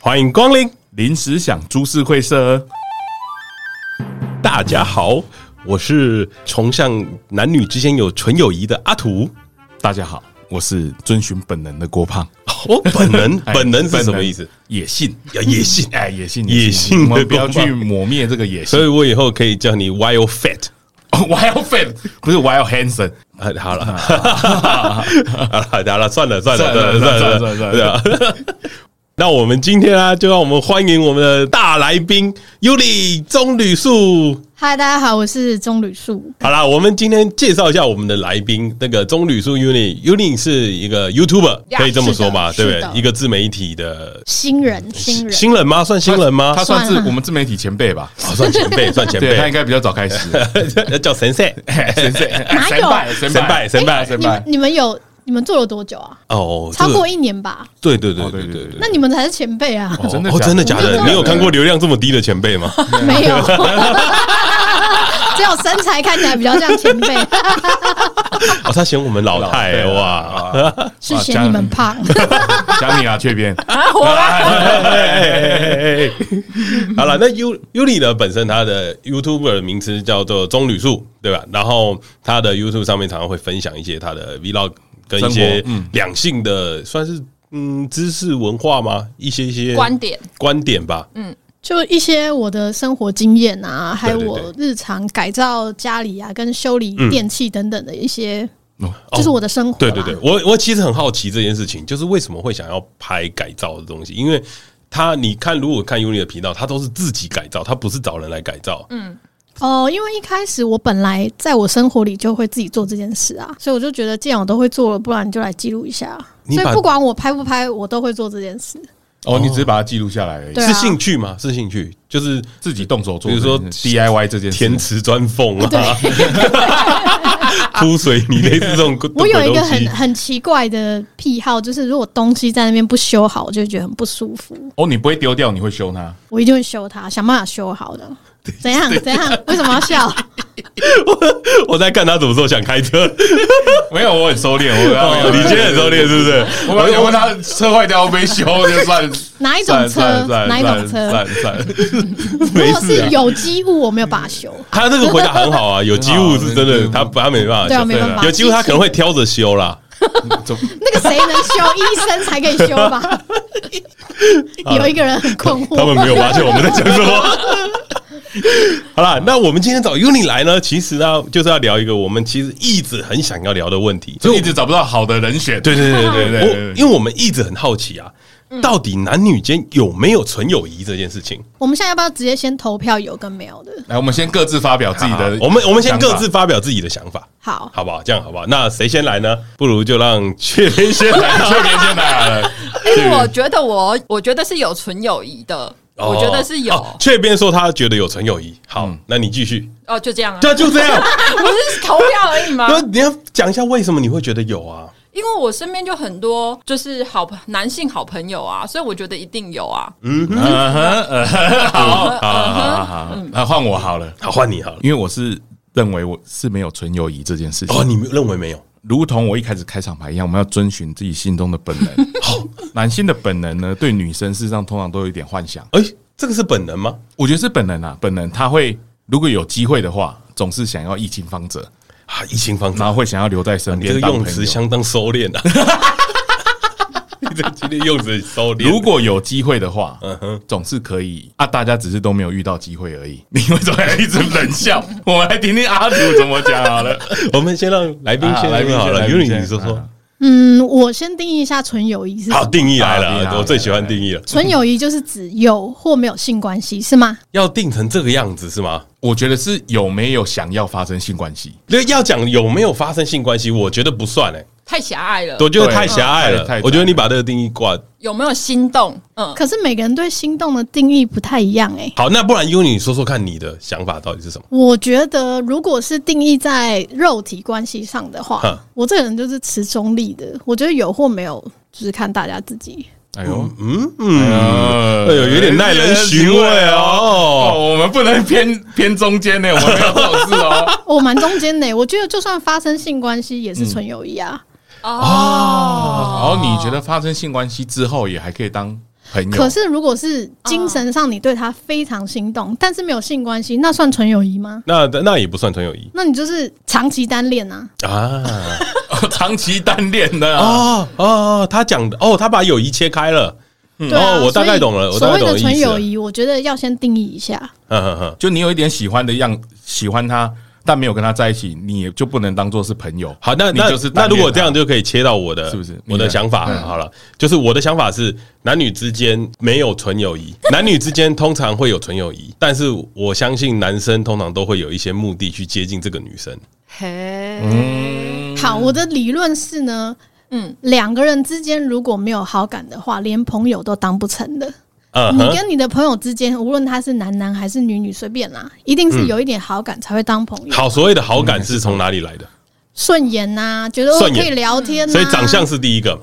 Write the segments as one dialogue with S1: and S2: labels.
S1: 欢迎光临，
S2: 临时想株式会社，
S1: 大家好，我是崇尚男女之间有纯友谊的阿图。
S2: 大家好，我是遵循本能的郭胖。
S1: 我本能，
S2: 哎
S1: 哦嗯本能是什么意思？？
S2: 野性，
S1: 呀野性
S2: 哎，野性，
S1: 野性的
S2: 我们不要
S1: 郭胖
S2: 去抹灭这个野性
S1: 所。以我以后可以叫你 Wild Fat。
S2: 我还要 fit，不是我还要啊 handsome。
S1: 啊，好了，好了，好了，啊算了，算了，算了，算了，算了，对啊。 那我们今天啊，就让我们欢迎我们的大来宾尤里棕榈树。
S3: 嗨，大家好，我是棕榈树。
S1: 好啦，我们今天介绍一下我们的来宾，那个棕榈树 Uni Uni 是一个 YouTuber，
S3: 呀
S1: 可以这么说吧，
S3: 是
S1: 对
S3: 的
S1: 不
S3: 是
S1: 对？
S3: 的
S1: 一个自媒体的
S3: 新人，新人，
S1: 嗯新人吗？算 新人吗
S2: 他？算是
S3: 算啊
S2: 我们自媒体前辈吧？
S1: 哦算前辈，算前
S2: 对他应
S1: 辈，
S2: 该比较 早开始。哎
S1: 要叫神社
S2: 神神
S3: 哪有
S2: 神
S1: 神拜
S2: 拜
S1: 神拜
S3: 哎
S1: 神
S3: 你
S1: 拜
S3: 们你们有你们做了多久啊？
S1: 哦，
S3: 超
S1: 这个
S3: 过一年吧？
S1: 对对对
S2: 哦
S1: 对
S2: 对
S1: 对
S2: 对
S1: 对
S2: 对。
S3: 那你们才是前辈啊！
S2: 哦真的
S1: 哦，真的假
S3: 我
S1: 的？
S3: 们
S1: 你有看过流量这么低的前辈吗？
S3: 没有，只有 身材看起来比较 像前辈，
S1: 哦，他嫌我们老态
S2: 对
S1: 哇！
S2: 啊啊
S3: 是嫌你们胖。
S2: 讲你啊，雀边，
S1: 好了，那 U U 里呢？本身他的 YouTuber 的名词叫做棕榈树，对吧？然后他的 YouTube 上面常常会分享一些他的 Vlog 跟一些
S2: 生活嗯
S1: 两性的，算是嗯知识文化吗？一些一些
S4: 观点，
S1: 观点吧。
S3: 就一些我的生活经验啊，还有
S1: 对对嗯
S3: 我日常改造家里啊，跟修理电器等等的一些，
S2: 哦
S1: 哦
S3: 就是我的生活。
S1: 对对对，，我我其实很好奇这件事情，就是为什么会想要拍改造的东西？因为他你看，如果看 Uni 的频道，他都是自己改造，他不是找人来改造。
S3: 哦，因为一开始我本来在我生活里就会自己做这件事啊，所以我就觉得既然我都会做了，不然就来记录一下。啊
S1: 你
S3: 所以
S1: 把
S3: 不管我拍不拍，我都会做这件事。
S2: 哦，你只是把它记录下来而已
S3: 对，啊
S1: 是兴趣吗？是兴趣，就是
S2: 自己动手做
S1: 比
S2: 这
S1: 如说
S2: 件事，DIY 这件事
S1: 填词砖缝啊， 铺水泥类似这种鬼
S3: 我有一
S1: 鬼
S3: 个
S1: 东
S3: 很
S1: 西。
S3: 很奇怪的癖好，就是如果东西在那边不修好，我就会觉得很不舒服。
S2: 哦，你不会丢掉，你会修它。
S3: 我一定会修它，想办法修 好的。怎样？怎样？为什么要笑？
S1: 我在看他什么时候想开车。
S2: 没有，我很收敛，我
S1: 哦，你今天很收敛是不 是？
S2: 我
S3: 嗯
S2: 本来想问他车坏掉没修，就 算
S3: 哪一种车？哪一种车？
S1: 算 算，
S3: 如
S1: 没
S3: 果
S1: 事
S3: 是
S1: 啊。
S3: 有机物，我没有把它修。
S1: 他这个回答很好啊，有机物是真 的，
S2: 嗯
S1: 他他没办法修，
S3: 对啊没办法
S1: 有机物他可能会挑着修啦。
S2: 怎么
S3: 那个谁能修？医生才可以修 吧？有一个人很困惑，
S1: 他们没有发现我们在讲什么。 好啦，那我们今天找 Uni 来呢，其实呢就是要聊一个我们其实一直很想要聊的问题，
S2: 就一直找不到好的人选？
S1: 对对对对
S2: 对
S1: 对
S2: 对
S1: 对，
S2: 对
S1: 因为我们一直很好奇啊，到底男女间有没有纯友谊这件事情？
S3: 我们现在要不要直接先投票有跟没有的？
S2: 来，我们先各自发表自己的想法，
S1: 啊我们我们先各自发表自己的想法，
S3: 好，
S1: 好不好？这样好不好？那谁先来呢？不如就让雀边先 来。
S2: 特别先来了。
S4: 因哎为我觉得我我觉得是有纯友谊的，我觉得是有
S1: 哦雀边说他觉得有纯友谊。 好
S2: 嗯，
S1: 那你继续。
S4: 哦，就这样啊，
S1: 那就这样。
S4: 不是投票而已吗？
S1: 那你要讲一下为什么你会觉得有啊？
S4: 因为我身边就很多就是好朋男性好朋友啊，所以我觉得一定有啊。
S2: 嗯哼，嗯哼好，好好好
S4: 嗯
S2: 好，那换我好了，
S1: 好，换你好了。
S2: 因为我是认为我是没有纯友谊这件事情
S1: 哦，。你们认为没有？
S2: 如同我一开始开场白一样，我们要遵循自己心中的本 能。好，男性的本能呢，对女生事实上通常都有一点幻想。
S1: 哎，这个是本能吗？
S2: 我觉得是本能啊，本能他会如果有机会的话，总是想要一亲芳泽，
S1: 啊，移情方式
S2: 然。后会想要留在身
S1: 啊你这
S2: 边
S1: 个
S2: 当
S1: 用
S2: 朋
S1: 词
S2: 友。
S1: 相当收敛啊。 你这今天用词收敛。
S2: 如果有机会的话，
S1: 嗯哼，
S2: 总是可以啊，大家只是都没有遇到机会而已。 你为什么还一直 冷笑？我们来听听阿土怎么讲好了。
S1: 我们先让来宾
S2: 啊
S1: 先
S2: 来宾
S1: 好
S2: 先
S1: 了，
S2: 来
S1: 有
S2: 宾
S1: 你
S2: 先
S1: 你说说
S2: 啊。
S3: 嗯，我先定义一下纯友谊是什
S1: 好，
S3: 么？
S1: 定义来
S2: 好定义
S1: 了，
S2: 好
S1: 我最喜欢定义了。
S3: 纯友谊就是指有或没有性关系，是吗？
S1: 要定成这个样子是吗？
S2: 我觉得是有没有想要发生性关系？
S1: 那要讲有没有发生性关系，我觉得不算哎，
S4: 太狭隘了，
S1: 我觉得太狭隘
S2: 呃对太
S1: 了
S2: 太。
S1: 我觉得你把这个定义挂
S4: 有没有心动？嗯，
S3: 可是每个人对心动的定义不太一样诶、
S1: 好，那不然 U 你说说看你的想法到底是什么？
S3: 我觉得，如果是定义在肉体关系上的
S1: 哼
S3: 话，我这个人就是持中立的。我觉得有或没有，就是看大家自己。
S2: 哎呦，
S1: 嗯嗯，
S2: 哎
S1: 哎呦，有点耐人寻味。哦。
S2: 哦，我们不能偏 偏中间呢，我们没有这种事 哦。
S3: 我蛮中间的欸、我觉得就算发生性关系，也是
S1: 嗯
S3: 纯友谊啊。
S4: 哦，
S2: 哦然后你觉得发生性关系之后，也还可以当朋友。
S3: 可是如果是精神上你对他非常心动，但是没有性关系，那算纯友谊吗？
S1: 那那也不算纯友谊
S3: 那你就是长期单恋啊。
S1: 啊！
S2: 长期单恋的啊，
S1: 哦哦，他讲的哦，他把友谊切开了。
S3: 对啊
S1: 哦我大概懂了
S3: 所以
S1: 我大概懂
S3: 所谓
S1: 了
S3: 的纯
S1: 意思了
S3: 友谊，我觉得要先定义一下。
S1: 嗯哼哼，
S2: 就你有一点喜欢的样，喜欢他，但没有跟他在一起，你也就不能当做是朋友。
S1: 好，那
S2: 你
S1: 那
S2: 就是
S1: 那
S2: 单恋啊
S1: 如果
S2: 他
S1: 这样就可以切到我的
S2: 是不是
S1: 我的
S2: 你的嗯
S1: 想法好了，就是我的想法是男女之间没有纯友 谊，男女之间通常会有纯友谊，但是我相信男生通常都会有一些目的去接近这个女生。
S4: 嘿，
S3: 嗯好，
S1: 嗯
S3: 我的理论是呢，
S4: 嗯，
S3: 两个人之间如果没有好感的话，连朋友都当不成的。
S1: 嗯
S3: 你
S1: 哼，
S3: 跟你的朋友之间，无论他是男男还是女女，随便啦，一定是有一点好感才会当朋友。
S1: 嗯好，所谓的好感是从哪里来的？
S3: 顺眼呐、觉得我哦
S1: 顺眼
S3: 可以聊天、啊呐。
S1: 所以长相是第一 个嘛，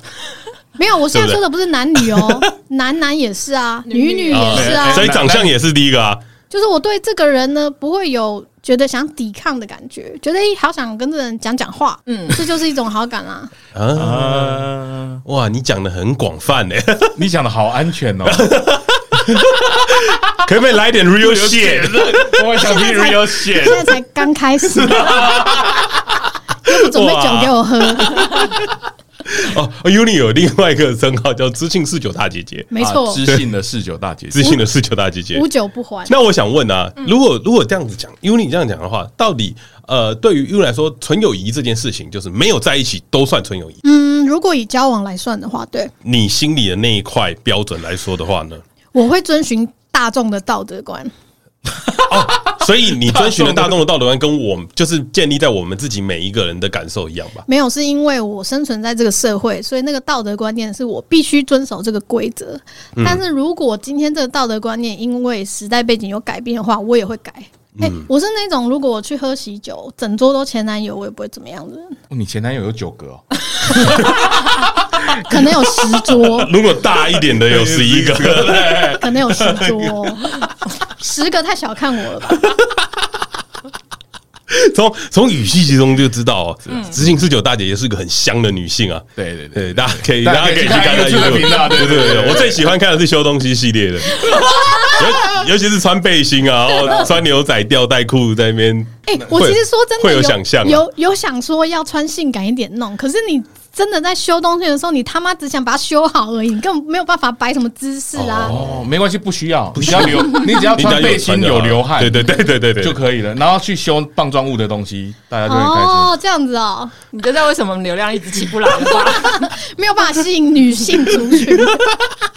S3: 没有。我现在
S1: 对不对
S3: 说的不是男女哦， 男男也是啊，女女也是
S2: 哎
S3: 啊，
S1: 所以长相也是第一个啊。
S3: 就是我对这个人呢，不会有觉得想抵抗的感觉，觉得诶好想跟这人讲讲话，嗯，这就是一种好感 啦。
S1: 啊，
S2: 啊，
S1: 哇，你讲的很广泛呢，
S2: 你讲的好 安全哦，
S1: 可不可以来点 real shit？
S2: 我想听 real
S3: 现
S2: shit。
S3: 在才刚开始，又不准备酒给我喝，
S1: 哦，Uni 有另外一个称号叫知性嗜酒大姐姐，
S3: 没错
S2: 啊，知性的嗜酒大姐
S1: 知，
S2: 姐
S1: 性的嗜酒大姐姐
S3: 无。酒不欢。
S1: 那我想问啊，如果如果这样子讲，Uni 这样讲的话，到底呃，对于 Uni 来说，纯友谊这件事情，就是没有在一起都算纯友谊。
S3: 嗯，如果以交往来算的话，对
S1: 你心里的那一块标准来说的话呢？
S3: 我会遵循大众的道德观。
S1: 所以你遵循了大众的道德观，跟我们就是建立在我们自己每一个人的感受一样 吧？
S3: 没有，是因为我生存在这个社会，所以那个道德观念是我必须遵守这个规则。
S1: 嗯
S3: 但是如果今天这个道德观念因为时代背景有改变的话，我也会改。
S1: 嗯，
S3: 哎、我是那种如果我去喝喜酒，整桌都前男友，我也不会怎么样的人，
S2: 哦你前男友有九个哦，
S3: 可能有十桌
S1: 如果大一点的有十一个，
S3: 可能有十桌，十个太小看我了吧？
S1: 从从语气之中就知道哦，知性嗜酒大姐姐是个很香的女性啊。
S2: 对对
S1: 对，
S2: 对，
S1: 大家可以，
S2: 大
S1: 大
S2: 家
S1: 家
S2: 可
S1: 可以
S2: 以去
S1: 去看她
S2: 看她 YouTube 频道对
S1: 对
S2: 对
S1: 对
S2: 对
S1: 对，我最喜欢看的是修东西系列的， 尤尤其是穿背心啊，然后穿牛仔吊带裤在那边。
S3: 哎、我
S1: 会
S3: 其实说真的
S1: 会有想象啊
S3: 有有想说要穿性感一点弄，可是你真的在修东西的时候，你他妈只想把它修好而已，你根本没有办法摆什么姿势啊。
S2: 哦，没关系，不需要，你只要流，你只要
S1: 你只要
S2: 穿背心
S1: 就好
S2: 有流汗，
S1: 啊对对对对对对，
S2: 就可以了，然后去修棒状物的东西，大家就会开始。
S3: 哦，这样子哦，
S4: 你就知道为什么流量一直起不来了吧？
S3: 没有办法吸引女性族群。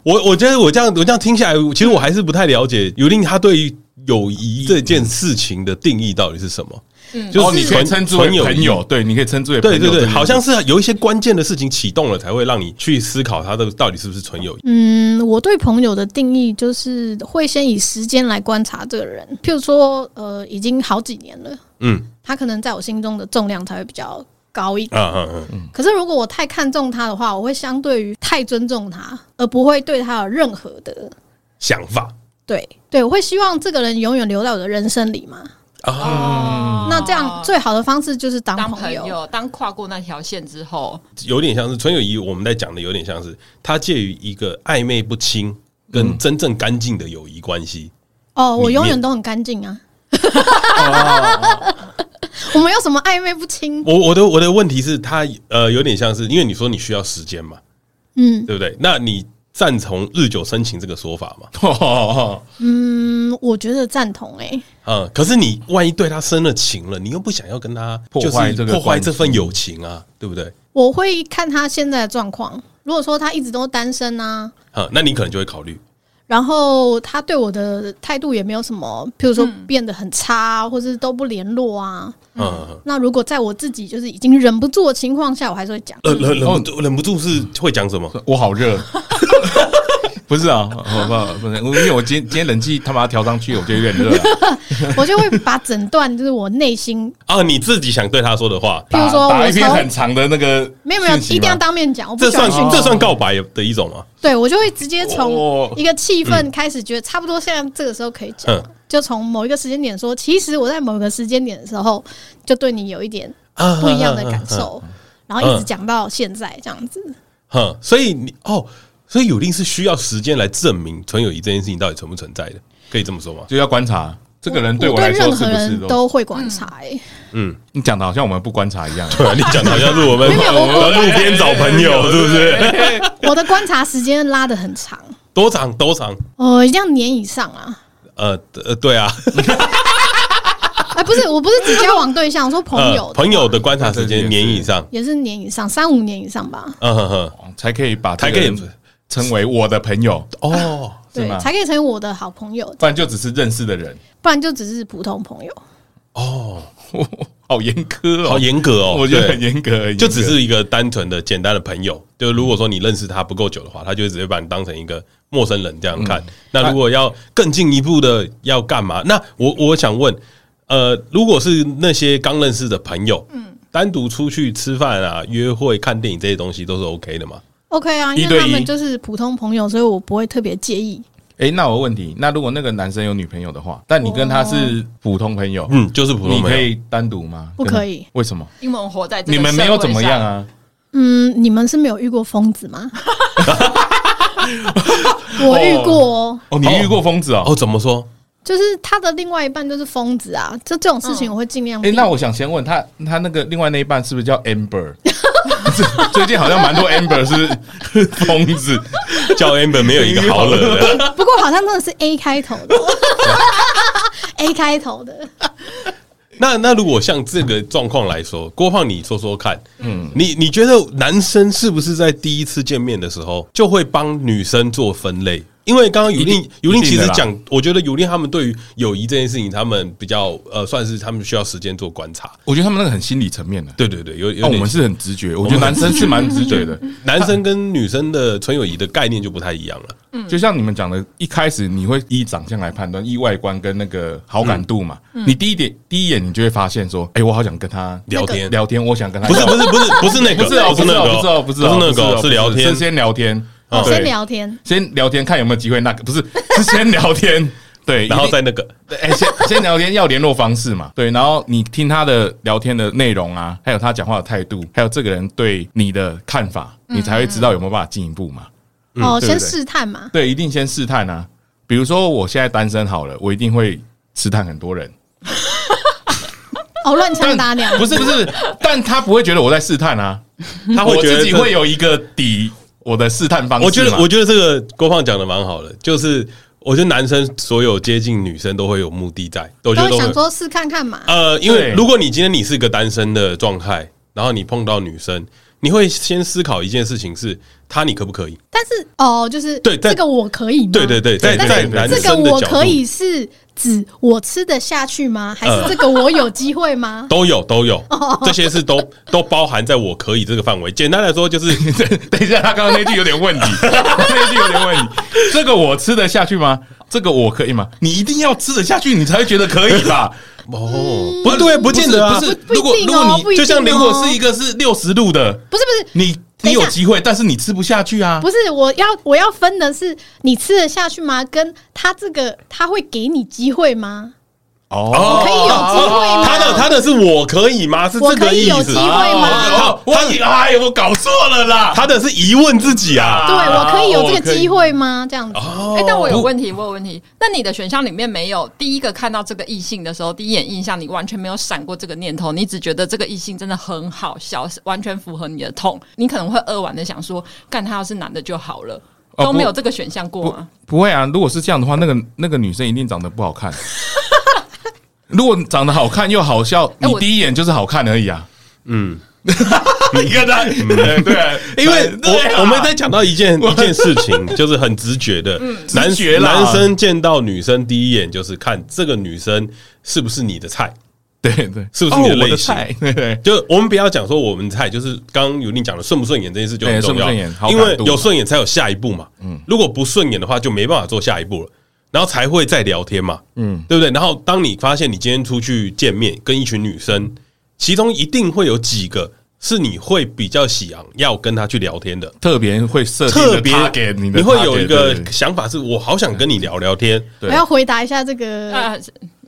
S1: 我我觉得我这样我这样听下来，其实我还是不太了解尤令他对于友谊这件事情的定义到底是什么。嗯，
S2: 哦你可以称之为朋友，。对，你可以称之为朋
S1: 对
S2: 友
S1: 对
S2: 这
S1: 对，
S2: 件事
S1: 好像是有一些关键的事情启动了，才会让你去思考它的到底是不是纯友谊。
S3: 嗯，我对朋友的定义就是会先以时间来观察这个人，譬如说，呃，已经好几年了，
S1: 嗯
S3: 他可能在我心中的重量才会比较高一点。
S1: 啊嗯嗯，
S3: 可是如果我太看重他的话，我会相对于太尊重他，而不会对他有任何的
S1: 想法
S3: 对对，我会希望这个人永远留在我的人生里嘛。
S1: 啊，
S3: 那这样最好的方式就是 当
S4: 当
S3: 朋
S4: 朋
S3: 友。
S4: 友，当跨过那条线之后，
S1: 有点像是纯友谊。我们在讲的有点像是它介于一个暧昧不清跟真正干净的友谊关系。
S3: 哦，我
S1: 里
S3: 永远
S1: 面
S3: 都很干净啊。
S1: 哦
S3: 我们有什么暧昧不清？
S1: 我我的我的问题是它，呃有点像是，因为你说你需要时间嘛，
S3: 嗯
S1: 对不对？那你赞同日久生情这个说 法吗？
S2: 哦
S3: 嗯，我觉得赞同哎、
S1: 嗯，可是你万一对他生了情了，你又不想要跟他
S2: 破
S1: 就是
S2: 坏这个
S1: 破坏
S2: 关系
S1: 这份友情啊，对不对？
S3: 我会看他现在的状况。如果说他一直都单身啊，
S1: 嗯，那你可能就会考虑
S3: 然后他对我的态度也没有什么，譬如说变得很差，或是都不联络啊。
S1: 嗯，嗯，
S3: 那如果在我自己就是已经忍不住的情况下，我还是会 讲。
S1: 嗯忍忍
S2: 哦
S1: 忍不住忍不住是会讲什么？
S2: 我好热。 不是啊，我不不是，因为我今天今天冷气他妈调上去，我就有点热啊。
S3: 我就会把整段就是我 内心，
S1: 啊，你自己想对他说的话，
S3: 譬如说
S2: 打打
S3: 我
S2: 一篇很
S3: 从
S2: 长的那个，
S3: 没有没有一定要。当面讲，我不
S1: 这
S3: 喜
S1: 算
S3: 欢讯息
S1: 这算告白的一种吗？
S3: 对我就会直接
S2: 哦
S3: 从一个气氛开始，觉得差不多现在这个时候可以讲了
S1: 嗯，
S3: 就从某一个时间点说，其实我在某个时间点的时候，就对你有一点
S1: 啊
S3: 不一
S2: 嗯
S3: 样的感受，然后一直讲到现在这样子。
S1: 哼，所以你哦，所以有一定是需要时间来证明纯友谊这件事情到底存不存在的，可以这么说吗？
S2: 就要观察这个人对
S3: 我
S2: 来说
S3: 任
S2: 是
S3: 何
S2: 不是
S3: 人都会观察、欸，
S2: 你讲的好像我们不观察一样。
S1: 对啊，你讲的好像是我们
S3: 没有我我
S1: 路边找朋友，是不是？
S2: 嗯
S3: 我的观察时间拉的很长，
S1: 多长多长？
S3: 哦，一定要年以上啊！
S1: 呃呃，对啊，
S3: 哎，不是，我不是指交往对象，我说朋友
S2: 嗯
S1: 呃，朋友的观察时间
S2: 对对对
S1: 年以上，
S3: 也是年以上，三五年以上吧，
S1: 嗯哼哼，
S2: 才可以把
S1: 才
S2: 才
S1: 可
S2: 可
S1: 以
S2: 以称为我的朋友，
S1: 哦，
S3: 对
S2: 吗，
S3: 才可以成为我的好朋友，
S2: 不然就只是认识的人。
S3: 不然就只是普通朋友。
S2: 好严苛哦，
S1: 好严格哦，
S2: 我觉得
S1: 对
S2: 很严格，很严格
S1: 就只是一个单纯的、简单的朋友。就如果说你认识他不够久的话，他就只会把你当成一个陌生人这样看。那如果要更进一步的要干嘛？那我我想问，呃，如果是那些刚认识的朋友，嗯，单独出去吃饭啊、约会、看电影这些东西都是 OK 的嘛？
S3: OK 啊，
S2: 一
S3: 因
S2: 对
S3: 为
S2: 一
S3: 他们就是普通朋友，所以我不会特别介意。
S2: 哎、那我问题，那如果那个男生有女朋友的话，但你跟他是普通朋友，
S1: 嗯，就是普
S2: 你
S1: 通
S2: 可
S1: 朋友。
S2: 以单独吗？
S3: 哦不可以
S2: 跟为什么？
S4: 因为我们活在这个
S2: 你们没有怎么样
S4: 社会上，
S2: 啊？
S3: 嗯，你们是没有遇过疯子吗？我遇过哦，
S2: 哦，你遇过疯子哦？
S1: 哦，怎么说？
S3: 就是他的另外一半就是疯子啊，这这种事情我会尽量
S2: 哎、
S3: 避免。
S2: 那我想先问他，他那个另外那一半是不是叫 Amber？最近好像蛮多 Amber 是疯子，
S1: 叫 Amber 没有一个好 惹的。
S3: 不过好像真的是 A 开头的 ，A 开头的。
S1: 那那如果像这个状况来说，郭胖，你说说看，嗯，你你觉得男生是不是在第一次见面的时候就会帮女生做分类？因为刚刚尤
S2: 一
S1: 令
S2: 定
S1: 尤令其
S2: 一定的
S1: 实
S2: 啦
S1: 讲，我觉得尤令他们对于友谊这件事情，他们比较呃，算是他们需要时间做观察。
S2: 我觉得他们那个很心理层面的。
S1: 对对对，有有
S2: 那、
S1: 点、
S2: 我们是很直觉，我觉得男生是嗯蛮直觉的。
S1: 男生跟女生的纯友谊的概念就不太一样了。
S2: 就像你们讲的，一开始你会依长相来判断，依外观跟那个好感度嘛。你第一点第一眼你就会发现说，哎、我好想跟他
S1: 聊天
S2: 聊天，我想跟他
S1: 啊不是不是不是不是那个，
S2: 不是哦，
S1: 不是那
S2: 哦
S1: 个
S2: 不是
S1: 哦，
S2: 哦，不是哦，
S1: 不是那个
S2: 不
S1: 哦，是聊
S2: 不
S1: 天
S2: 是。先聊天，
S3: 哦，
S2: 对
S3: 先聊天，
S2: 先聊天，看有没有机会。那个不是 是先聊 天，对，
S1: 然后
S2: 一定
S1: 再 那个，
S2: 对哎、先先聊天要联络方式嘛，对，然后你听他的聊天的内容啊，还有他讲话的态度，还有这个人对你的看法，嗯你才会知道有没有办法进一步嘛。
S3: 哦，
S2: 对不
S3: 先
S2: 对
S3: 试探嘛。
S2: 对，一定先试探啊。比如说我现在单身好了，我一定会试探很多人，
S3: 哦，乱枪打鸟，
S2: 不是不是，但他不会觉得我在试探啊，
S1: 他会
S2: 我
S1: 觉得
S2: 自己
S1: 这
S2: 会有一个底，我的试探方式嘛。
S1: 我觉得，我觉得这个郭胖讲的蛮好的，就是我觉得男生所有接近女生都会有目的在，我觉
S3: 都
S1: 得
S3: 会
S1: 都会
S3: 想说试看看嘛。
S1: 呃，因为
S2: 对
S1: 如果你今天你是个单身的状态，然后你碰到女生，你会先思考一件事情是她你可不可以？
S3: 但是哦，就是
S1: 对在
S3: 这个我可以吗？
S1: 对对对，在
S3: 但
S1: 在
S3: 是
S1: 男
S3: 这个
S1: 生的
S3: 我
S1: 角
S3: 可
S1: 度
S3: 以是指我吃得下去吗？还
S1: 呃
S3: 是这个我有机 会吗？
S1: 都有都 有，
S3: 哦
S1: 这些是都都包含在我可以这个范围。简单来说 就是。
S2: 等一下，他刚刚那句有 点问题，那句有点问题。这个我吃得下去吗？这个我可以吗？你一定要吃得下去，你才会觉得可以 吧？
S1: 哦，
S3: 嗯
S1: 不对，不见得啊，
S2: 不是，
S3: 不一
S2: 如果
S3: 定
S2: 如
S3: 哦
S2: 果你
S3: 不一
S2: 就
S3: 定
S2: 像如果
S3: 哦
S2: 是一个是六十度的，
S3: 不是不是
S2: 你
S3: 等
S2: 你
S3: 一下
S2: 有机会，但是你吃不下去啊。
S3: 不是，我要我要分的是你吃得下去吗？跟他这个他会给你机会吗？
S2: 哦
S3: 可以有机会吗
S1: 他的他的是我可以吗？是
S3: 哦我
S1: 这
S3: 可
S1: 个
S3: 以
S1: 意
S3: 有
S1: 思
S3: 机。会吗？
S2: 哦，我以哎，我搞错了啦。
S1: 他的是疑问自己啊，
S3: 对我可以有这
S2: 我可
S3: 个
S2: 以
S3: 机会吗？这样子
S1: 哦
S4: 哎、但我有问题，我有问题。那你的选项里面没有第一个看到这个异性的时候，第一眼印象你完全没有闪过这个念头，你只觉得这个异性真的很好笑，是完全符合你的痛。你可能会扼腕的想说，干他要是男的就好了，
S2: 哦
S4: 都没
S2: 不
S4: 有这个选项过
S2: 不
S4: 吗？
S2: 不会啊，如果是这样的话，那个那个女生一定长得不好 看。如果长得好看又好笑，
S3: 哎
S2: 你
S4: 我
S2: 第一眼就是好看而已啊。
S1: 嗯，
S2: 你看他，对对，
S1: 因为
S2: 对啊
S1: 我我们在讲到一件一件事 情，就是很直觉的，
S3: 嗯
S1: 男
S2: 直觉啦
S1: 男生见到女生第一眼就是看这个女生是不是你的菜，
S2: 对对，
S1: 是不是你的
S2: 哦我
S1: 类型
S2: 菜？ 对对，
S1: 就我们不要讲说我们菜，就是刚刚有你讲的顺不顺眼这件事就很
S2: 对
S1: 重要，
S2: 哎顺不顺眼好感啊嗯
S1: 因
S2: 度
S1: 为有顺眼才有下一步嘛。如果不顺眼的话，就没办法做下一步了，然后才会再聊天嘛，嗯，对不对？然后当你发现你今天出去见面跟一群女生，其中一定会有几个是你会比较喜欢要跟她去聊天的，
S2: 特别会设定
S1: 特
S2: 的
S1: 别
S2: target，你的
S1: 你会有一
S2: target，
S1: 个
S2: 对对
S1: 想法，是我好想跟你聊聊天。
S2: 对
S3: 我要回答一下这个
S4: 啊，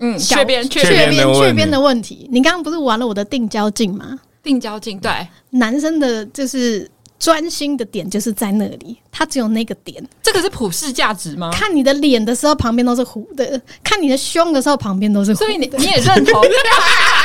S4: 嗯，
S3: 小
S4: 缺边缺
S2: 确
S4: 边
S2: 边
S3: 雀
S2: 的问题
S3: 边雀边的问题。你刚刚不是玩了我的定焦镜吗？
S4: 定焦镜对。
S3: 男生的就是专心的点就是在那里，它只有那个点。
S4: 这个是普世价值吗？
S3: 看你的脸的时候，旁边都是糊的；看你的胸的时候，旁边都是糊的。
S4: 所以 你你也认同？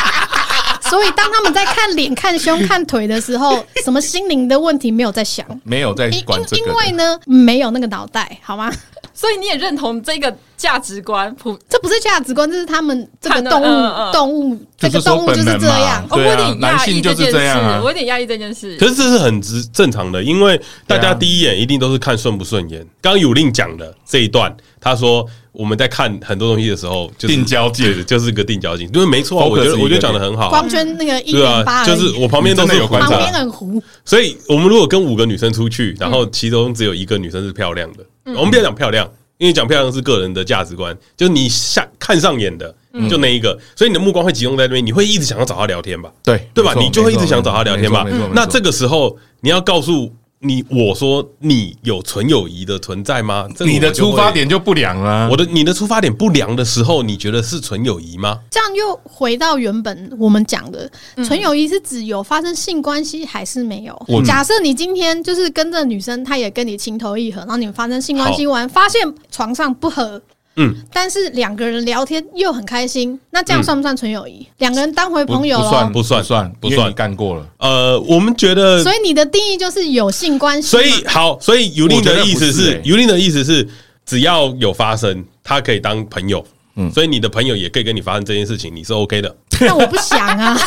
S3: 所以当他们在看脸、看胸、看腿的时 候，什么心灵的问题没有在想，
S2: 没有在
S3: 因
S2: 管这
S3: 因
S2: 个
S3: 因
S2: 的。
S3: 为呢，没有那个脑袋，好吗？
S4: 所以你也认同这个价值观？普
S3: 这不是价值观，这是他们这个
S4: 看到
S3: 动物、
S4: 嗯嗯
S3: 动物
S2: 就
S3: 这
S2: 是
S3: 个动
S2: 说
S3: 物就
S2: 本
S3: 是
S2: 能
S3: 这
S2: 嘛
S3: 样。
S4: 哦，我
S2: 对
S4: 有
S2: 啊
S4: 点
S2: 男
S4: 压
S2: 性
S4: 抑
S2: 就
S4: 这
S2: 是
S4: 件事，
S2: 这样啊
S4: 我有点压抑这件事。
S1: 可是这是很正正常的，因为大
S2: 对啊
S1: 家第一眼一定都是看顺不顺眼。刚刚有令讲的这一段，他说我们在看很多东西的时候，就是
S2: 定焦镜
S1: 对就是个定焦镜，对，没错啊，
S2: Focus
S1: 我觉得
S2: 一个
S1: 我觉得讲的很好啊，
S3: 光圈那个一
S1: 对
S3: 点八
S1: 啊，
S3: 而已，
S1: 就是我旁边都
S2: 你真
S1: 是
S2: 的有
S1: 湖
S2: 观察
S3: 旁
S1: 啊
S3: 边很糊，
S1: 所以我们如果跟五个女生出去，然后其中只有一个女生是漂亮的，
S3: 嗯
S1: 我们不要讲漂亮，因为讲漂亮是个人的价值观，就是你下看上眼的
S3: 嗯
S1: 就那一个，所以你的目光会集中在那边，你会一直想要找她聊天吧？
S2: 对
S1: 对吧？
S2: 没错
S1: 你就会一直
S2: 没错
S1: 想找她聊天吧
S2: 没错没错没错？
S1: 那这个时候你要告诉你我说你有纯友谊的存在吗？这个
S2: 你的
S1: 我就会啊
S2: 出发。点啊就不良了。
S1: 我的你的出发点不良的时候，你觉得是纯友谊吗？
S3: 这样又回到原本我们讲的，纯友谊是指有发生性关系还是没有？
S2: 我
S3: 假设你今天就是跟这女生，她也跟你情投意合，然后你们发生性关系完，发现床上不合。
S1: 嗯，
S3: 但是两个人聊天又很开心，那这样算不算纯友谊？两个人当回
S2: 不
S3: 朋友啊
S2: 不算
S1: 嗯不算
S3: 了，
S2: 不算
S1: 不算
S2: 因为你干过了。
S1: 呃，我们觉得
S3: 哦所以你的定义就是有性关系
S1: 所
S3: 嘛。
S1: 以好，所以尤
S2: 我
S1: 令
S2: 觉得
S1: 的意
S2: 不
S1: 思
S2: 是
S1: 是
S2: 欸，
S1: 尤令的意思是，只要有发生，他可以当朋友。嗯，所以你的朋友也可以跟你发生这件事情，你是 OK 的。
S3: 那我不想 啊。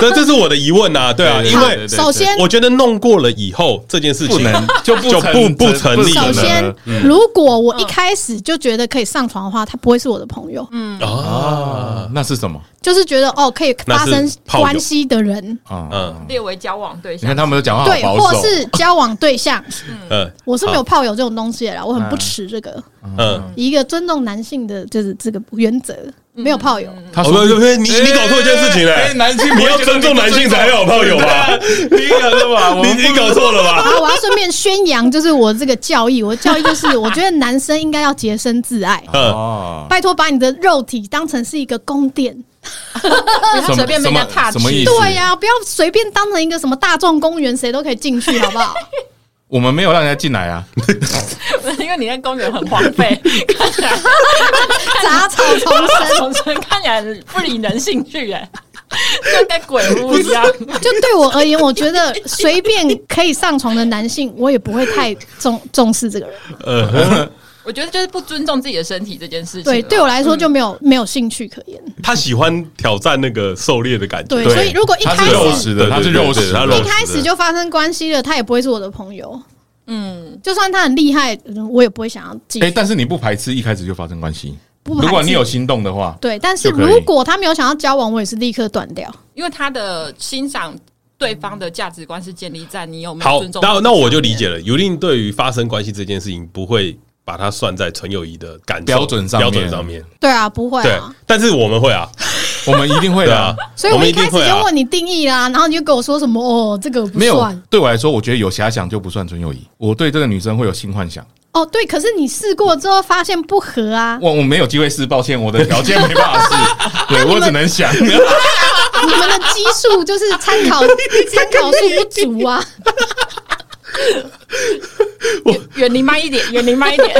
S1: 这这是我的疑问呐，对啊，
S2: 对
S1: 因
S3: 好
S2: 对对
S1: 为
S2: 对
S3: 首先
S1: 我觉得弄过了以后，这件事
S2: 不
S1: 情
S2: 能就不
S1: 就不
S2: 成
S1: 不成立
S2: 不
S1: 了
S3: 首
S2: 能
S3: 先，
S1: 嗯
S3: 如果我一开始就觉得可以上床的话，他不会是我的朋友，
S1: 啊，
S2: 啊，那是什么
S3: 就是觉得哦可以发
S1: 那
S3: 生
S1: 是炮友
S3: 关系的人，
S2: 啊？
S1: 嗯
S4: 列为交往对
S2: 你
S4: 象
S2: 看，他们都讲话好
S3: 对，
S2: 保
S3: 或
S2: 守，
S3: 是交往对象，
S1: 嗯
S3: 我是没有炮友这种东西的啦，我很不吃这个，
S1: 嗯，
S3: 以一个尊重男性的就是这个原则，没有炮友。
S2: 他
S1: 哦
S2: 说
S1: 不不不，你你搞错一件事情
S2: 哎哎
S1: 嘞，
S2: 男性
S1: 你要尊重男性才有炮友吧？
S2: 你讲的吧？我
S1: 你
S2: 们
S1: 你搞错了 吧？
S3: 然后我要顺便宣扬，就是我这个教义，我的教义就是我觉得男生应该要洁身自爱，
S1: 嗯，
S2: 哦，
S3: 拜托把你的肉体当成是一个宫殿，
S4: 不要
S2: 什么
S4: 随便被人家踏
S2: 什么意
S4: 去
S2: 思。
S3: 对呀、不要随便当成一个什么大众公园，谁都可以进去，好不好？
S2: 我们没有让人家进来啊，
S4: 因为你在公园很荒废，看起来
S3: 杂草丛生。
S4: 从生看起来很不引人兴趣哎， 就跟鬼屋一样。
S3: 就对我而言，我觉得随便可以上床的男性，我也不会太重重视这个人。
S1: 呃
S4: 我觉得就是不尊重自己的身体这件事情。啊
S3: 对，对，我来说
S2: 嗯
S3: 就没有、没有兴趣可言。
S1: 他喜欢挑战那个狩猎的感觉
S3: 对，，所以如果一
S2: 他
S3: 开
S2: 是肉
S3: 始
S2: 食的，他是肉
S1: 对对对
S2: 食的，
S1: 他肉
S3: 一开始就发生关系了，他也不会是我的朋友。
S4: 嗯，
S3: 就算他很厉害，嗯我也不会想要进。
S2: 哎、但是你不排斥一开始就发生关系？
S3: 不排斥
S2: 如果你有心动的话，
S3: 对，但是
S2: 就可以
S3: 如果他没有想要交往，我也是立刻断掉。
S4: 因为他的欣赏对方的价值观是建立在你有没有
S1: 好
S4: 尊，重。
S1: 那那我就理解。了。尤令对于发生关系这件事情，不会把它算在纯友谊的感受
S2: 标准上
S1: 标
S2: 面
S1: 准上面。
S3: 对啊，不会
S1: 对
S3: 啊。，
S1: 但是我们会啊，
S2: 我们一定会
S1: 对
S2: 的
S1: 啊
S2: 啊。，
S3: 所以
S1: 我
S3: 我
S1: 们
S3: 一
S1: 一
S3: 开
S1: 定
S3: 始
S1: 会
S3: 就
S1: 啊。
S3: 问你定义啦，然后你就跟我说什么哦，这个不
S2: 没有
S3: 算，
S2: 对我来说，我觉得有遐想就不算纯友谊。我对这个女生会有性幻想，
S3: 哦，对。可是你试过之后发现不合啊，
S2: 我我没有机会试，抱歉，我的条件没办 法试，对我只能想。
S3: 你们的基数就是参 考参考数不足啊。
S4: 远离慢一点，远离慢一点。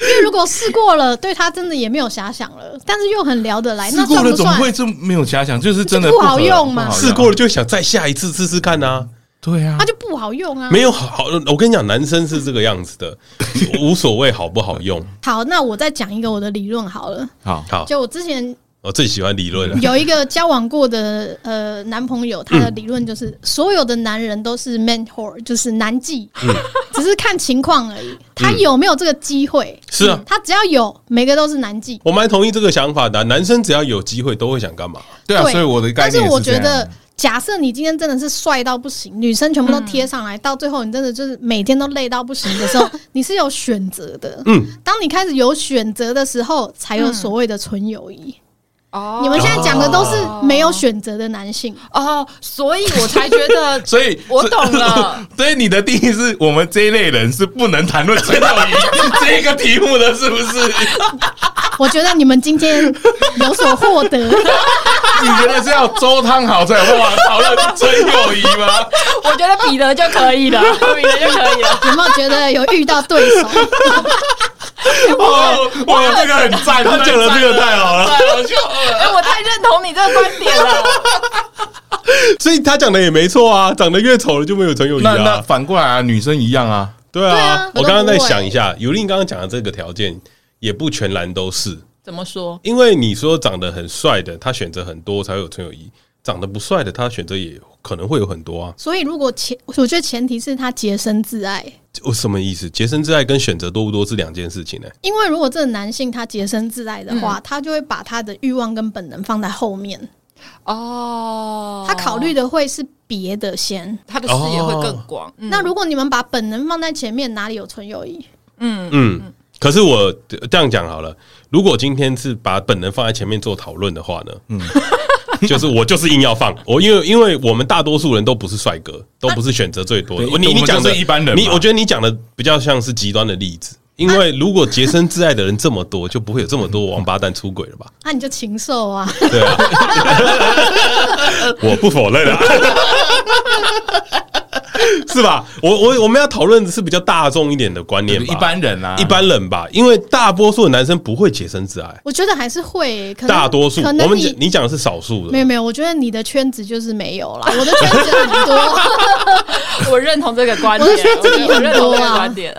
S3: 因为如果试过了，对他真的也没有遐想了，但是又很聊得来，
S2: 试
S3: 那
S2: 过
S3: 算
S2: 了
S3: 不
S2: 怎么
S3: 算？
S2: 会这么没有遐想？就是真的
S3: 这个不好
S2: 合
S3: 用啊嘛
S2: 不好啊
S1: 试过了就想再下一次试试看呐、
S2: 对啊
S3: 那，就不好用啊。
S1: 没有好好，我跟你讲，男生是这个样子的，无所谓好不好用。
S3: 好，那我再讲一个我的理论好了。
S2: 好，
S1: 好，
S3: 就我之前
S1: 我最喜欢理论了。
S3: 有一个交往过的呃男朋友，他的理论就是
S2: 嗯
S3: 所有的男人都是 man whore，就是男妓，
S2: 嗯
S3: 只是看情况而已。他有没有这个机会？
S1: 是啊
S3: 嗯他只要有，每个都是男妓。
S1: 我蛮同意这个想法的啊、男生只要有机会都会想干嘛？
S2: 对啊，所以我的概
S3: 但是
S2: 念
S3: 我
S2: 这
S3: 觉
S2: 样，
S3: 得，假设你今天真的是帅到不行，女生全部都贴上来，到最后你真的就是每天都累到不行的时候，你是有选择的。
S1: 嗯，
S3: 当你开始有选择的时候，才有所谓的纯友谊。
S4: 哦
S3: 你们现在讲的都是没有选择的男性，
S4: 哦，所以我才觉得
S2: 所以
S4: 我懂了。
S2: 所以你的定义是我们这一类人是不能谈论纯友 谊这个题目的，是不是？
S3: 我觉得你们今天有所获得。
S2: 你觉得是要粥汤好才有办法讨论真友谊吗？
S4: 我觉得彼得就可以了，彼得就可以了。
S3: 有没有觉得有遇到对手？
S2: 哦，哇，这个很赞，
S1: 他讲的这个太好了，
S2: 太好笑了。
S4: 哎、我太认同你这个观点了。
S1: 所以他讲的也没错啊，长得越丑了就没有成友谊
S2: 那那
S1: 啊。
S2: 反过来啊，女生一样啊，
S1: 对
S3: 对
S1: 啊
S3: 啊，
S1: 我刚刚在想一下，尤令刚刚讲的这个条件也不全然都是，
S4: 怎么说？
S1: 因为你说长得很帅的，他选择很多才会有成友谊；长得不帅的，他选择也可能会有很多啊。
S3: 所以如果前，我觉得前提是他洁身自爱。
S1: 我什么意思？洁身自爱跟选择多不多是两件事情呢、
S3: 因为如果这个男性他洁身自爱的话，他就会把他的欲望跟本能放在后面，
S4: 哦，
S3: 他考虑的会是别的先。
S2: 哦
S4: 他的视野会
S1: 哦
S4: 更广。嗯
S3: 那如果你们把本能放在前面，哪里有纯友谊？
S4: 嗯，
S1: 嗯，可是我这样讲好了，如果今天是把本能放在前面做讨论的话呢，嗯， 就是我就是硬要放我，因为因为我们大多数人都不是帅哥，都不是选择最多的。
S2: 对
S1: 你
S2: 我们
S1: 你讲的
S2: 就是一般人嘛
S1: 你我觉得你讲的比较像是极端的例子。因 为如果洁身自爱的人这么多，就不会有这么多王八蛋出轨了 吧？
S3: 那、你就禽兽啊！
S1: 对啊，我不否认 啊，是吧？我我我们要讨论的是比较大众一点的观念吧，
S2: 一般人啊，
S1: 一般人吧，因为大多数的男生不会洁身自爱，
S3: 我觉得还是会、可能
S1: 大多数
S3: 可
S1: 我
S3: 能
S1: 们讲
S3: 你。
S1: 你讲的是少数
S3: 没
S1: 的，
S3: 有没有，我觉得你的圈子就是没有 啦，我的圈子很多，
S4: 我认同这个观
S3: 我
S4: 点，
S3: 是觉得这个
S4: 我认
S3: 很
S4: 同
S3: 多
S4: 这个
S3: 啊
S4: 观点。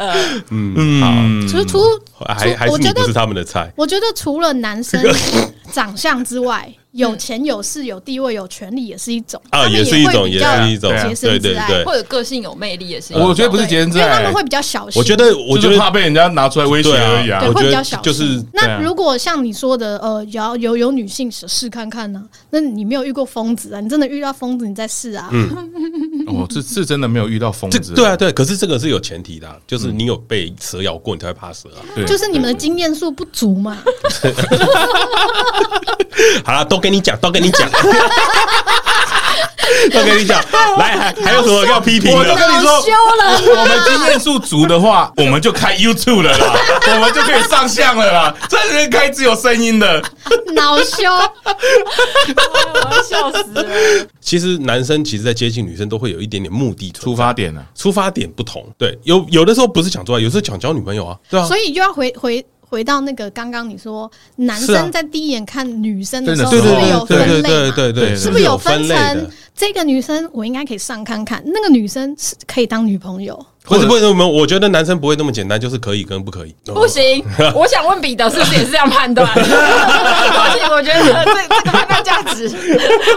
S4: 嗯，
S2: 嗯，
S3: 除除
S1: 还还
S3: 除
S1: 是
S3: 我
S1: 你
S3: 觉
S1: 不是
S3: 得
S1: 他们的菜。
S3: 我觉得除了男 生长相之外，
S2: 嗯
S3: 有钱有势有地位有权利也是一种
S1: 啊
S3: 他们
S1: 也是一种
S3: 会比较
S1: 也是一种
S3: 洁身自爱
S1: 对对对
S4: 或者个性有魅力也是一种。
S2: 我觉得啊不是
S3: 对
S2: 节制
S3: 因为他们
S2: 爱
S3: 会，比较小心。
S1: 我觉得，嗯我
S2: 我
S1: 觉
S2: 就
S1: 得
S2: 是怕被人家拿出来威胁
S1: 对
S2: 而已
S1: 啊，
S2: 啊
S3: 对
S1: 我。觉
S3: 会比
S1: 得
S3: 较小
S1: 就是
S2: 对啊
S3: 那如果像你说的，呃，有有有女性试试看看呢、那你没有遇过疯子啊？你真的遇到疯子，你再试啊？
S1: 嗯
S2: 我是是哦真的没有遇到疯
S1: 这
S2: 子，
S1: 对啊，对，可是这个是有前提的啊，就是你有被蛇咬过，你才会怕蛇 啊。
S2: 对
S3: 就是你们的经验数不 足嘛。
S1: 好了，都跟你讲，都跟你 讲，都跟你讲。来，还还有什么要批评
S2: 我就
S1: 的？
S2: 跟你说
S3: 羞，了，
S2: 我们经验数足 的话，我们就开 YouTube 了啦， 我们就可以上相了啦。这人开只有声音的，
S3: 恼羞。
S1: 哦
S4: 哎我要笑 死了。
S1: 其实男生其实，在接近女生都会有一点点目的
S2: 出
S1: 出
S2: 发点呢？
S1: 出发点啊不同。对，有有的时候不是想做爱，有时候想交女朋友啊，对啊。
S3: 所以就要回回回到那个刚刚你说，男
S1: 是啊
S3: 生在第一眼看女生的时
S2: 真的
S3: 候，
S1: 对
S3: 是
S2: 是
S3: 不是有
S1: 对对对
S3: 分类
S1: 对
S3: 嘛？
S1: 对对，
S2: 是
S3: 是
S1: 不
S3: 不
S1: 是
S3: 是
S1: 有
S3: 有
S1: 类
S3: 分
S1: 的
S3: 成？？这个女生我应该可以上看看，那个女生是可以当女朋友。
S1: 不是
S2: 或
S1: 不是，我们我觉得男生不会那么简单，就是可以跟不可以。
S4: 不行，我想问彼得是不是也是这样 判断？不行，我觉得这这个判断价值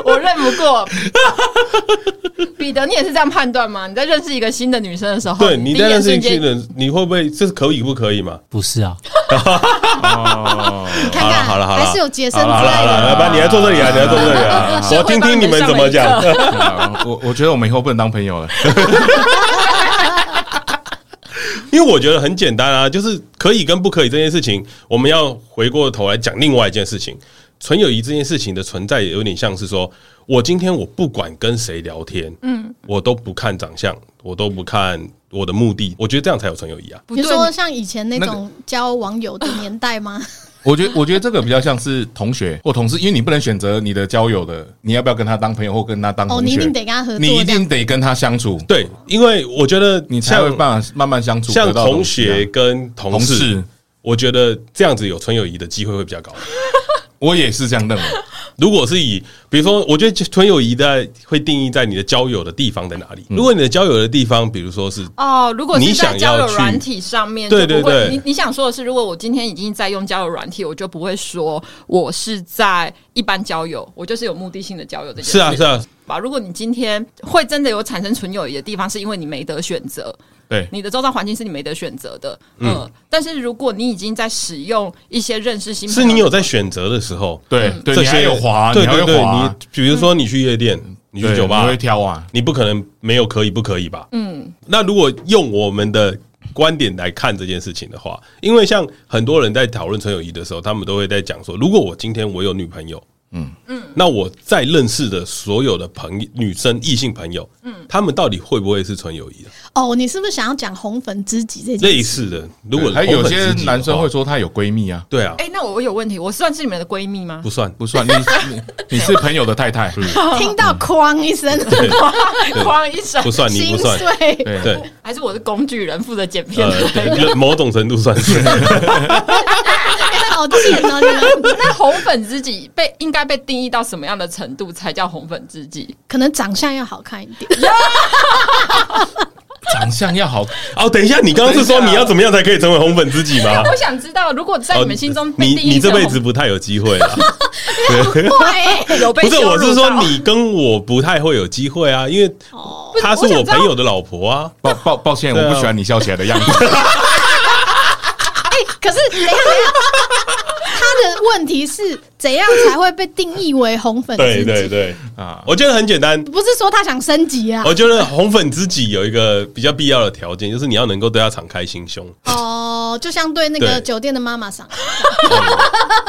S4: 我认不过。彼得，你也是这样判断吗？你在认识一个新的女生的时候，
S1: 哦对，你
S4: 第一
S1: 在认
S4: 眼
S1: 识
S4: 瞬
S1: 新
S4: 间
S1: 人，你会不会这是可以不可以嘛？
S5: 不是啊，
S2: 哦，
S3: 你看看，
S1: 好了好了好了
S3: 还是有洁身
S1: 好
S3: 自
S1: 了好了
S3: 爱
S1: 好
S3: 的。
S1: 了，要不然你来坐这里啊，你来坐这里 啊，我听听你们怎么讲。
S2: 我我觉得我们以后不能当朋友了。
S1: 因为我觉得很简单啊，就是可以跟不可以这件事情，我们要回过头来讲另外一件事情。纯友谊这件事情的存在，也有点像是说，我今天我不管跟谁聊天，嗯，我都不看长相，我都不看我的目的，我觉得这样才有纯友谊啊。
S4: 不
S3: 你
S4: 对，
S3: 说像以前那
S2: 那个
S3: 种交网友的年代吗？
S2: 我觉得，我觉得这个比较像是同学或同事，因为你不能选择你的交友的，你要不要跟他当朋友或跟他当同
S3: 哦，
S2: 学？
S3: 你一定得跟他合作，
S2: 你一
S3: 这样
S2: 定得跟他相处，
S1: 对，因为我觉得
S2: 你才
S1: 像
S2: 会办法慢慢相处。
S1: 像
S2: 得到东
S1: 同
S2: 西啊
S1: 学跟同
S2: 同
S1: 事，
S2: 事，
S1: 我觉得这样子有纯友谊的机会会比较高。
S2: 我也是这样认为。
S1: 如果是以，比如说，我觉得纯友谊在会定义在你的交友的地方在哪里。
S2: 嗯
S1: 如果你的交友的地方，比如说是
S4: 哦，如果
S1: 你
S4: 是
S1: 想
S4: 在交
S1: 要
S4: 友
S1: 去
S4: 软体上面，
S1: 对
S4: 就
S1: 对
S4: 不会
S1: 对
S4: 你你想说的是，如果我今天已经在用交友软体，我就不会说我是在一般交友，我就是有目的性的交友这件事。
S1: 是啊是啊，
S4: 吧？如果你今天会真的有产生纯友谊的地方，是因为你没得选择，
S2: 对，
S4: 你的周遭环境是你没得选择的。嗯、但是如果你已经在使用一些认识新朋
S1: 是
S4: 友，
S1: 你有在选择的时候，
S2: 对
S3: 嗯
S2: 对
S1: 这
S2: 你还
S1: 些
S2: 有滑
S1: 对
S2: 你还
S1: 对
S2: 有
S1: 对，
S2: 滑
S1: 你比如说你去夜店，你去
S2: 对
S1: 酒吧
S2: 你会，挑啊。
S1: 你不可能没有可以不可以吧？嗯，那如果用我们的观点来看这件事情的话，因为像很多人在讨论纯友谊的时候，他们都会在讲说，如果我今天我有女朋友，嗯嗯，那我在认识的所有的朋友女生异性朋友，嗯，他们到底会不会是纯友谊的？
S3: 哦，你是不是想要讲红粉知己这件
S1: 类
S3: 事？
S1: 似的，如果
S2: 还
S1: 红
S2: 有
S1: 粉
S2: 些
S1: 知己的
S2: 男生
S1: 话
S2: 会说他有闺蜜啊，
S1: 对啊，
S4: 哎、那我有问题，我算是你们的闺蜜吗？
S1: 不算
S2: 不算你你你是朋友的太太，
S3: 听到哐 一声，
S2: 啊
S4: 哐一声
S1: 不，算你
S3: 心
S1: 不 算，
S3: 碎。
S2: 对
S1: 对，
S4: 还是我是工具人，负责剪片的
S1: 呃，对，某种程度算是
S3: 好贱哦！你们
S4: 那红粉知己被应该被定义到什么样的程度才叫红粉知己？
S3: 可能长相要好看一点，
S2: 长相要好，
S1: 哦。等一下，你刚刚是说
S2: 等一下
S1: 你要怎么样才可以成为红粉知己吗？
S4: 我想知道，如果在
S1: 啊哦
S4: 你们心中被
S1: 你
S4: 定义
S1: 你这
S4: 成红
S1: 辈子不太有机 会了。
S4: 对有被
S1: 不是，
S4: 羞
S1: 我
S4: 辱
S1: 是
S4: 到哦
S1: 说你跟我不太会有机会啊，因为她是
S4: 我想
S1: 我
S4: 知道
S1: 朋友的老婆啊。
S2: 抱抱抱歉，
S1: 对啊
S2: 我不喜欢你笑起来的 样子，
S3: 哎可是等一下，等一下，他的问题是怎样才会被定义为红粉知
S1: 对
S3: 己？
S1: 对对
S2: 啊
S1: 我觉得很简单。
S3: 不是说他想升级啊。
S1: 我
S2: 哦
S1: 觉得红粉知己有一个比较必要的条件，就是你要能够对她敞开心 胸。
S3: 哦，就像对那个
S1: 对
S3: 酒店的妈妈上，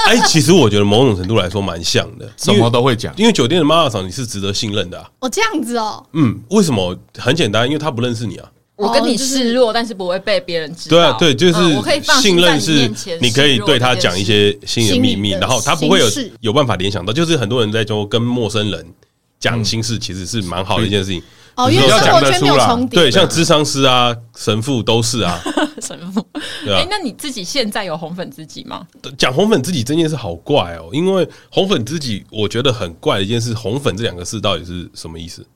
S1: 哎，其实我觉得某种程度来说蛮像的，
S2: 什
S1: 因为
S2: 么都会讲。
S1: 因为酒店的妈妈桑你是值得信任的、啊。
S3: 哦，这样子哦，
S1: 嗯，为什么？很简单，因为她不认识你啊。
S4: 我跟
S3: 哦
S4: 你
S3: 就是
S4: 示弱，但是不会被别人知道。
S1: 对啊，对，就是
S4: 嗯我可以放
S1: 信
S4: 心在
S1: 任
S4: 你
S1: 是
S4: 面前，
S1: 你可以
S4: 示 弱
S1: 对啊他
S4: 这件
S1: 讲一
S4: 事。
S1: 些心里的秘密，
S3: 心里的
S1: 然后他不会有
S3: 心事
S1: 有办法联想到。就是很多人在说跟陌生人讲心事，其实是蛮好的一件
S4: 嗯
S1: 事情。
S3: 哦，因为
S1: 你
S2: 要
S3: 生
S2: 讲
S3: 活
S2: 得
S3: 圈没有
S2: 出啦
S3: 重叠，
S1: 对，像智商师啊、神父都是啊，
S4: 神父，
S1: 对
S4: 哎、
S1: 啊。
S4: 那你自己现在有红粉知己吗？
S1: 讲红粉知己这件事好怪哦，因为红粉知己，我觉得很怪的一件事，红粉这两个字到底是什么意思？
S4: 嗯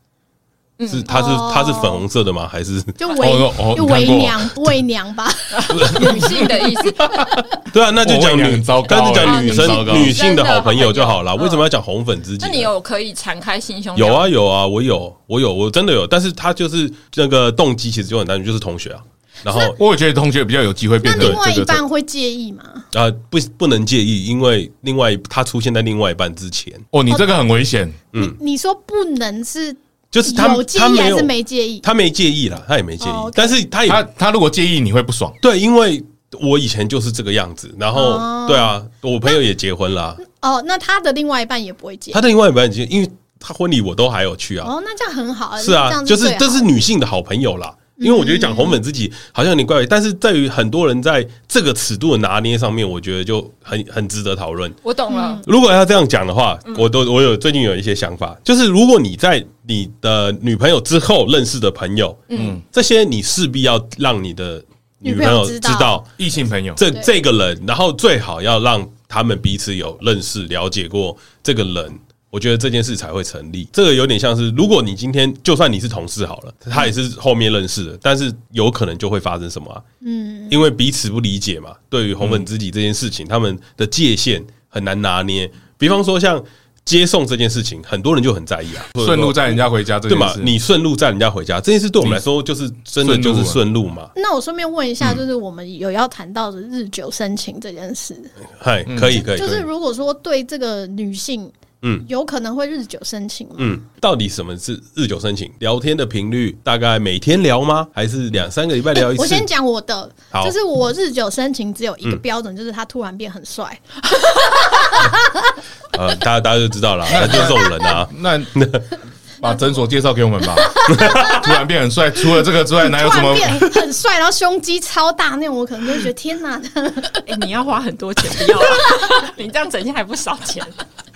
S1: 是它是
S3: 哦
S1: 它是粉红色的吗？还是
S3: 就为
S2: 哦哦
S3: 就
S2: 你看
S3: 为
S2: 过
S3: 娘为娘吧，
S4: 女性的意 思，
S1: 对啊？那就讲
S2: 我跟你讲
S1: 女
S2: 很糟，糕
S1: 那就
S2: 哎
S1: 讲女
S4: 很糟
S1: 生
S2: 糕
S1: 女性的好朋友就好了。
S4: 嗯
S1: 为什么要讲红粉知己啊
S4: 那
S1: 呢？
S4: 你有可以敞开心胸？
S1: 有啊，有啊，我有我有我真的有，但是他就是那个动机其实就很单纯，就是同学啊，然后
S2: 我也觉得同学比较有机会
S3: 那
S2: 变成
S3: 另外
S2: 这
S3: 一
S2: 个
S3: 半会介意吗？
S1: 呃不不能介意，因为另外他出现在另外一半之前，
S2: 哦，你这个很危险，
S1: 嗯，
S3: 你说不能是
S1: 就是他
S3: 有介
S1: 他
S3: 意
S1: 没
S3: 还是
S1: 有
S3: 没介意？
S1: 他没介意啦，他也没介意，
S3: 哦，OK
S1: 但是他也
S2: 他他如果介意你会不爽，
S1: 对，因为我以前就是这个样子，然后、
S3: 哦
S1: 对啊，我朋友也结婚啦，
S3: 哦，那他的另外一半也不会介意
S1: 他。的另外一半已经因为他婚礼我都还有去啊，
S3: 哦，那这样很好，
S1: 是
S3: 这
S1: 啊，
S3: 样
S1: 就是
S3: 最好
S1: 这是女性的好朋友啦。因为我觉得讲红粉知己好像有点怪，但是在于很多人在这个尺度的拿捏上面，我觉得就很很值得讨论。
S4: 我懂了。
S1: 如果要这样讲的话，我都我有最近有一些想法，就是如果你在你的女朋友之后认识的朋友，嗯，这些你势必要让你的女朋友
S3: 女朋友知
S1: 知
S3: 道
S1: 道
S2: 异性朋友
S1: 这
S3: 对
S1: 这个人，然后最好要让他们彼此有认识、了解过这个人。我觉得这件事才会成立。这个有点像是，如果你今天就算你是同事好了，他也是后面认识的，
S3: 嗯
S1: 但是有可能就会发生什么、啊？嗯，因为彼此不理解嘛，对于红粉知己这件事情，
S3: 嗯
S1: 他们的界限很难拿捏。比方说像接送这件事情，很多人就很在意啊，
S2: 顺路载人家回家这
S1: 对
S2: 件
S1: 嘛？
S2: 事，
S1: 你顺路载人家回家这件事，对我们来说就是真的就是顺
S2: 啊
S1: 路嘛。
S3: 那我顺便问一
S1: 嗯
S3: 下，就是我们有要谈到的日久生情这件事，
S1: 嗨，
S2: 嗯
S1: 可以可以，
S3: 就
S1: 可
S3: 是
S1: 以
S3: 如果说对这个女性，
S1: 嗯，
S3: 有可能会日久生情吗？
S1: 嗯，到底什么是日久生情？聊天的频率大概每天聊吗？还是两三个礼拜聊一次？
S3: 我先讲我的，
S1: 好嗯
S3: 就是我日久生情只有一个标准，就是他突然变很帅。
S1: 呃，大家大家就知道了，那就是这种人啊。
S2: 那把诊所介绍给我们吧。突然变很帅，除了这个之外，哪有
S3: 突
S2: 什
S3: 然
S2: 么？
S3: 变很帅，然后胸肌超大那种，我可能就会觉得天哪！
S4: 哎、你要花很多钱，不要、啊， 你这样整天还不少钱。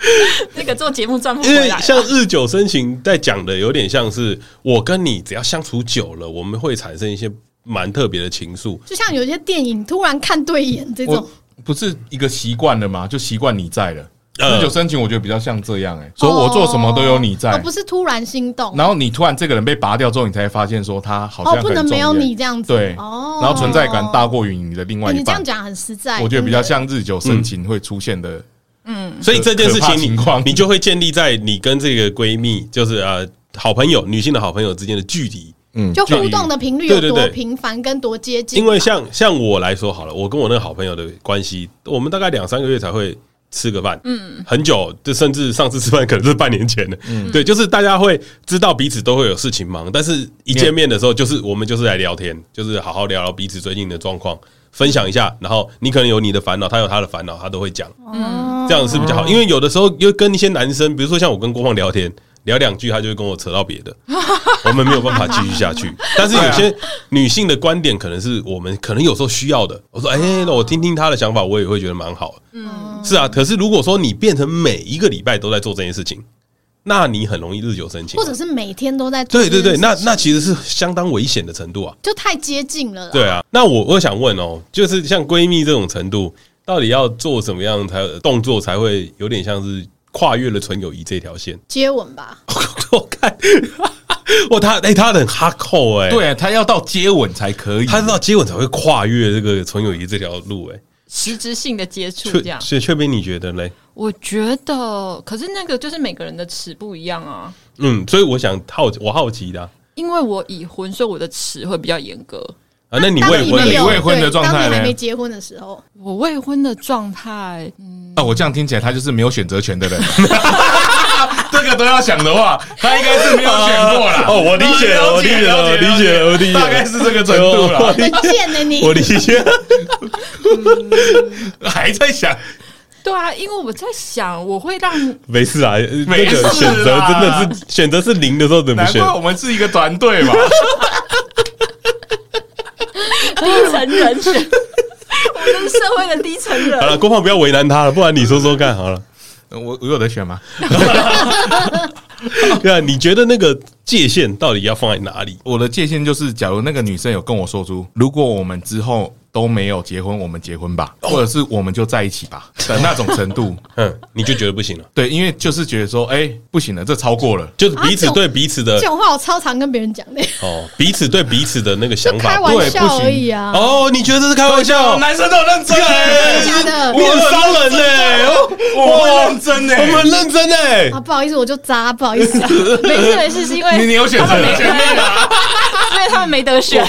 S4: 那个做节目赚不
S1: 因
S4: 回
S1: 为
S4: 来啊，
S1: 像日久生情在讲的有点像是我跟你只要相处久了，我们会产生一些蛮特别的情愫。
S3: 就像有些电影突然看对眼这种
S2: 我，不是一个习惯了吗？就习惯你在了。
S1: 呃
S2: 日久生情，我觉得比较像这样哎、所以我做什么都有你在
S3: 而。哦不是突然心动。
S2: 然后你突然这个人被拔掉之后，你才会发现说他好像
S3: 哦，不能
S2: 很重
S3: 没有
S2: 要
S3: 你这样子。
S2: 对，
S3: 哦，
S2: 然后存在感大过于你的另外
S3: 哎
S2: 一
S3: 你这
S2: 半
S3: 样。讲很实在，嗯
S2: 我觉得比
S3: 真
S2: 较
S3: 的
S2: 像日久生情会出现的，
S1: 所以这件事
S2: 可怕
S1: 情你
S2: 情况
S1: 你就会建立在你跟这个闺蜜，就是呃好朋友、女性的好朋友之间的距离。
S2: 嗯，
S3: 就互
S2: 离
S3: 动的频率
S1: 对
S3: 有
S1: 对
S3: 多
S1: 对
S3: 频繁跟多接近
S1: 因
S3: 嘛。
S1: 为像像我来说好了，我跟我那个好朋友的关系，我们大概两三个月才会吃个饭，嗯，很久，就甚至上次吃饭可能是半年前的，嗯，对，就是大家会知道彼此都会有事情忙，但是一见面的时候，就是我们就是来聊天，就是好好聊聊彼此最近的状况，分享一下，然后你可能有你的烦恼，他有他的烦恼，他都会讲，
S3: 嗯
S1: 这样是比较
S3: 哦
S1: 好。因为有的时候又跟一些男生，比如说像我跟郭胖聊天，聊两句他就会跟我扯到别的， 我们没有办法继续下 去。但是有些女性的观点可能是我们可能有时候需要的。我说，哎、那我听听她的想法，我也会觉得蛮好的。
S4: 嗯，
S1: 是啊，可是如果说你变成每一个礼拜都在做这件事情，那你很容易日久生情啊、
S3: 或者是每天都在做
S1: 对
S3: 这件
S1: 对
S3: 事情，
S1: 对，那那其实是相当危险的程度啊。
S3: 就太接近了啦。
S1: 对啊，那我我想问哦，就是像闺蜜这种程度，到底要做什么样才呃动作才会有点像是跨越了纯友谊这条线？
S3: 接吻吧，
S1: 我看， 哇，他哎、他很哈扣哎，，
S2: 对他要到接吻才可以，
S1: 他知道接吻才会跨越这个纯友谊这条路哎、
S4: 实质性的接触
S1: 确
S4: 这样。
S1: 所以雀斌你觉得嘞？
S4: 我觉得，可是那个就是每个人的尺不一样啊。
S1: 嗯，所以我想好奇，我好奇的啊，
S4: 因为我已婚，所以我的尺会比较严格。
S1: 啊那你
S3: 当
S1: 未
S3: 你
S1: 婚
S3: 没
S1: 的
S3: 有
S2: 未婚的
S3: 对
S2: 状态
S3: 当你还
S2: 嘞
S3: 没结婚的时候，
S4: 我未婚的状态，嗯
S2: 那我这样听起来，他就是没有选择权的人。 这个都要想的话，他应该是没有选过啦。
S1: 哦我理解了我理解了
S2: 了
S1: 我理解了我理解了哦
S2: 大概是这个程度啦。
S3: 很贱呢你。
S1: 我理解，
S2: 还在想，
S4: 对啊，因为我在想，我会让
S1: 没事啊，
S2: 没
S1: 那
S2: 事
S1: 个
S2: 啦
S1: 选择真的是选择是零的时候怎么
S2: 难
S1: 选
S2: 怪？我们是一个团队嘛。
S4: 低层人选，我们是社会的低层
S1: 好了，
S4: 人。
S1: 郭胖不要为难他了，不然你说说看好 了。
S2: 我我有得选吗？
S1: 对啊，你觉得那个界限到底要放在哪里？
S2: 我的界限就是，假如那个女生有跟我说出，如果我们之后都没有结婚，我们结婚吧，或者是我们就在一起吧的那种程 度。
S1: 嗯，你就觉得不行了，
S2: 对，因为就是觉得说，哎，不行了，这超过了。
S1: 就是彼
S3: 啊这
S1: 此
S3: 种
S1: 对彼此的
S3: 这种话我超常跟别人讲的，
S1: 哦，彼此对彼此的那个 想
S3: 就开
S1: 法。
S3: 玩笑而已啊。
S1: 哦，你觉得这是开玩笑？
S2: 男生都很认真欸，
S3: 真的假的
S1: 我很伤人呢，
S2: 我很认真欸呢。
S1: 我们很认真呢
S3: 啊，。不好意思，我就渣，不好意思、啊。
S4: 没事没事，是因为
S2: 你你有选择
S4: 他们没
S2: 权利啊！
S4: 因为他们没得 选，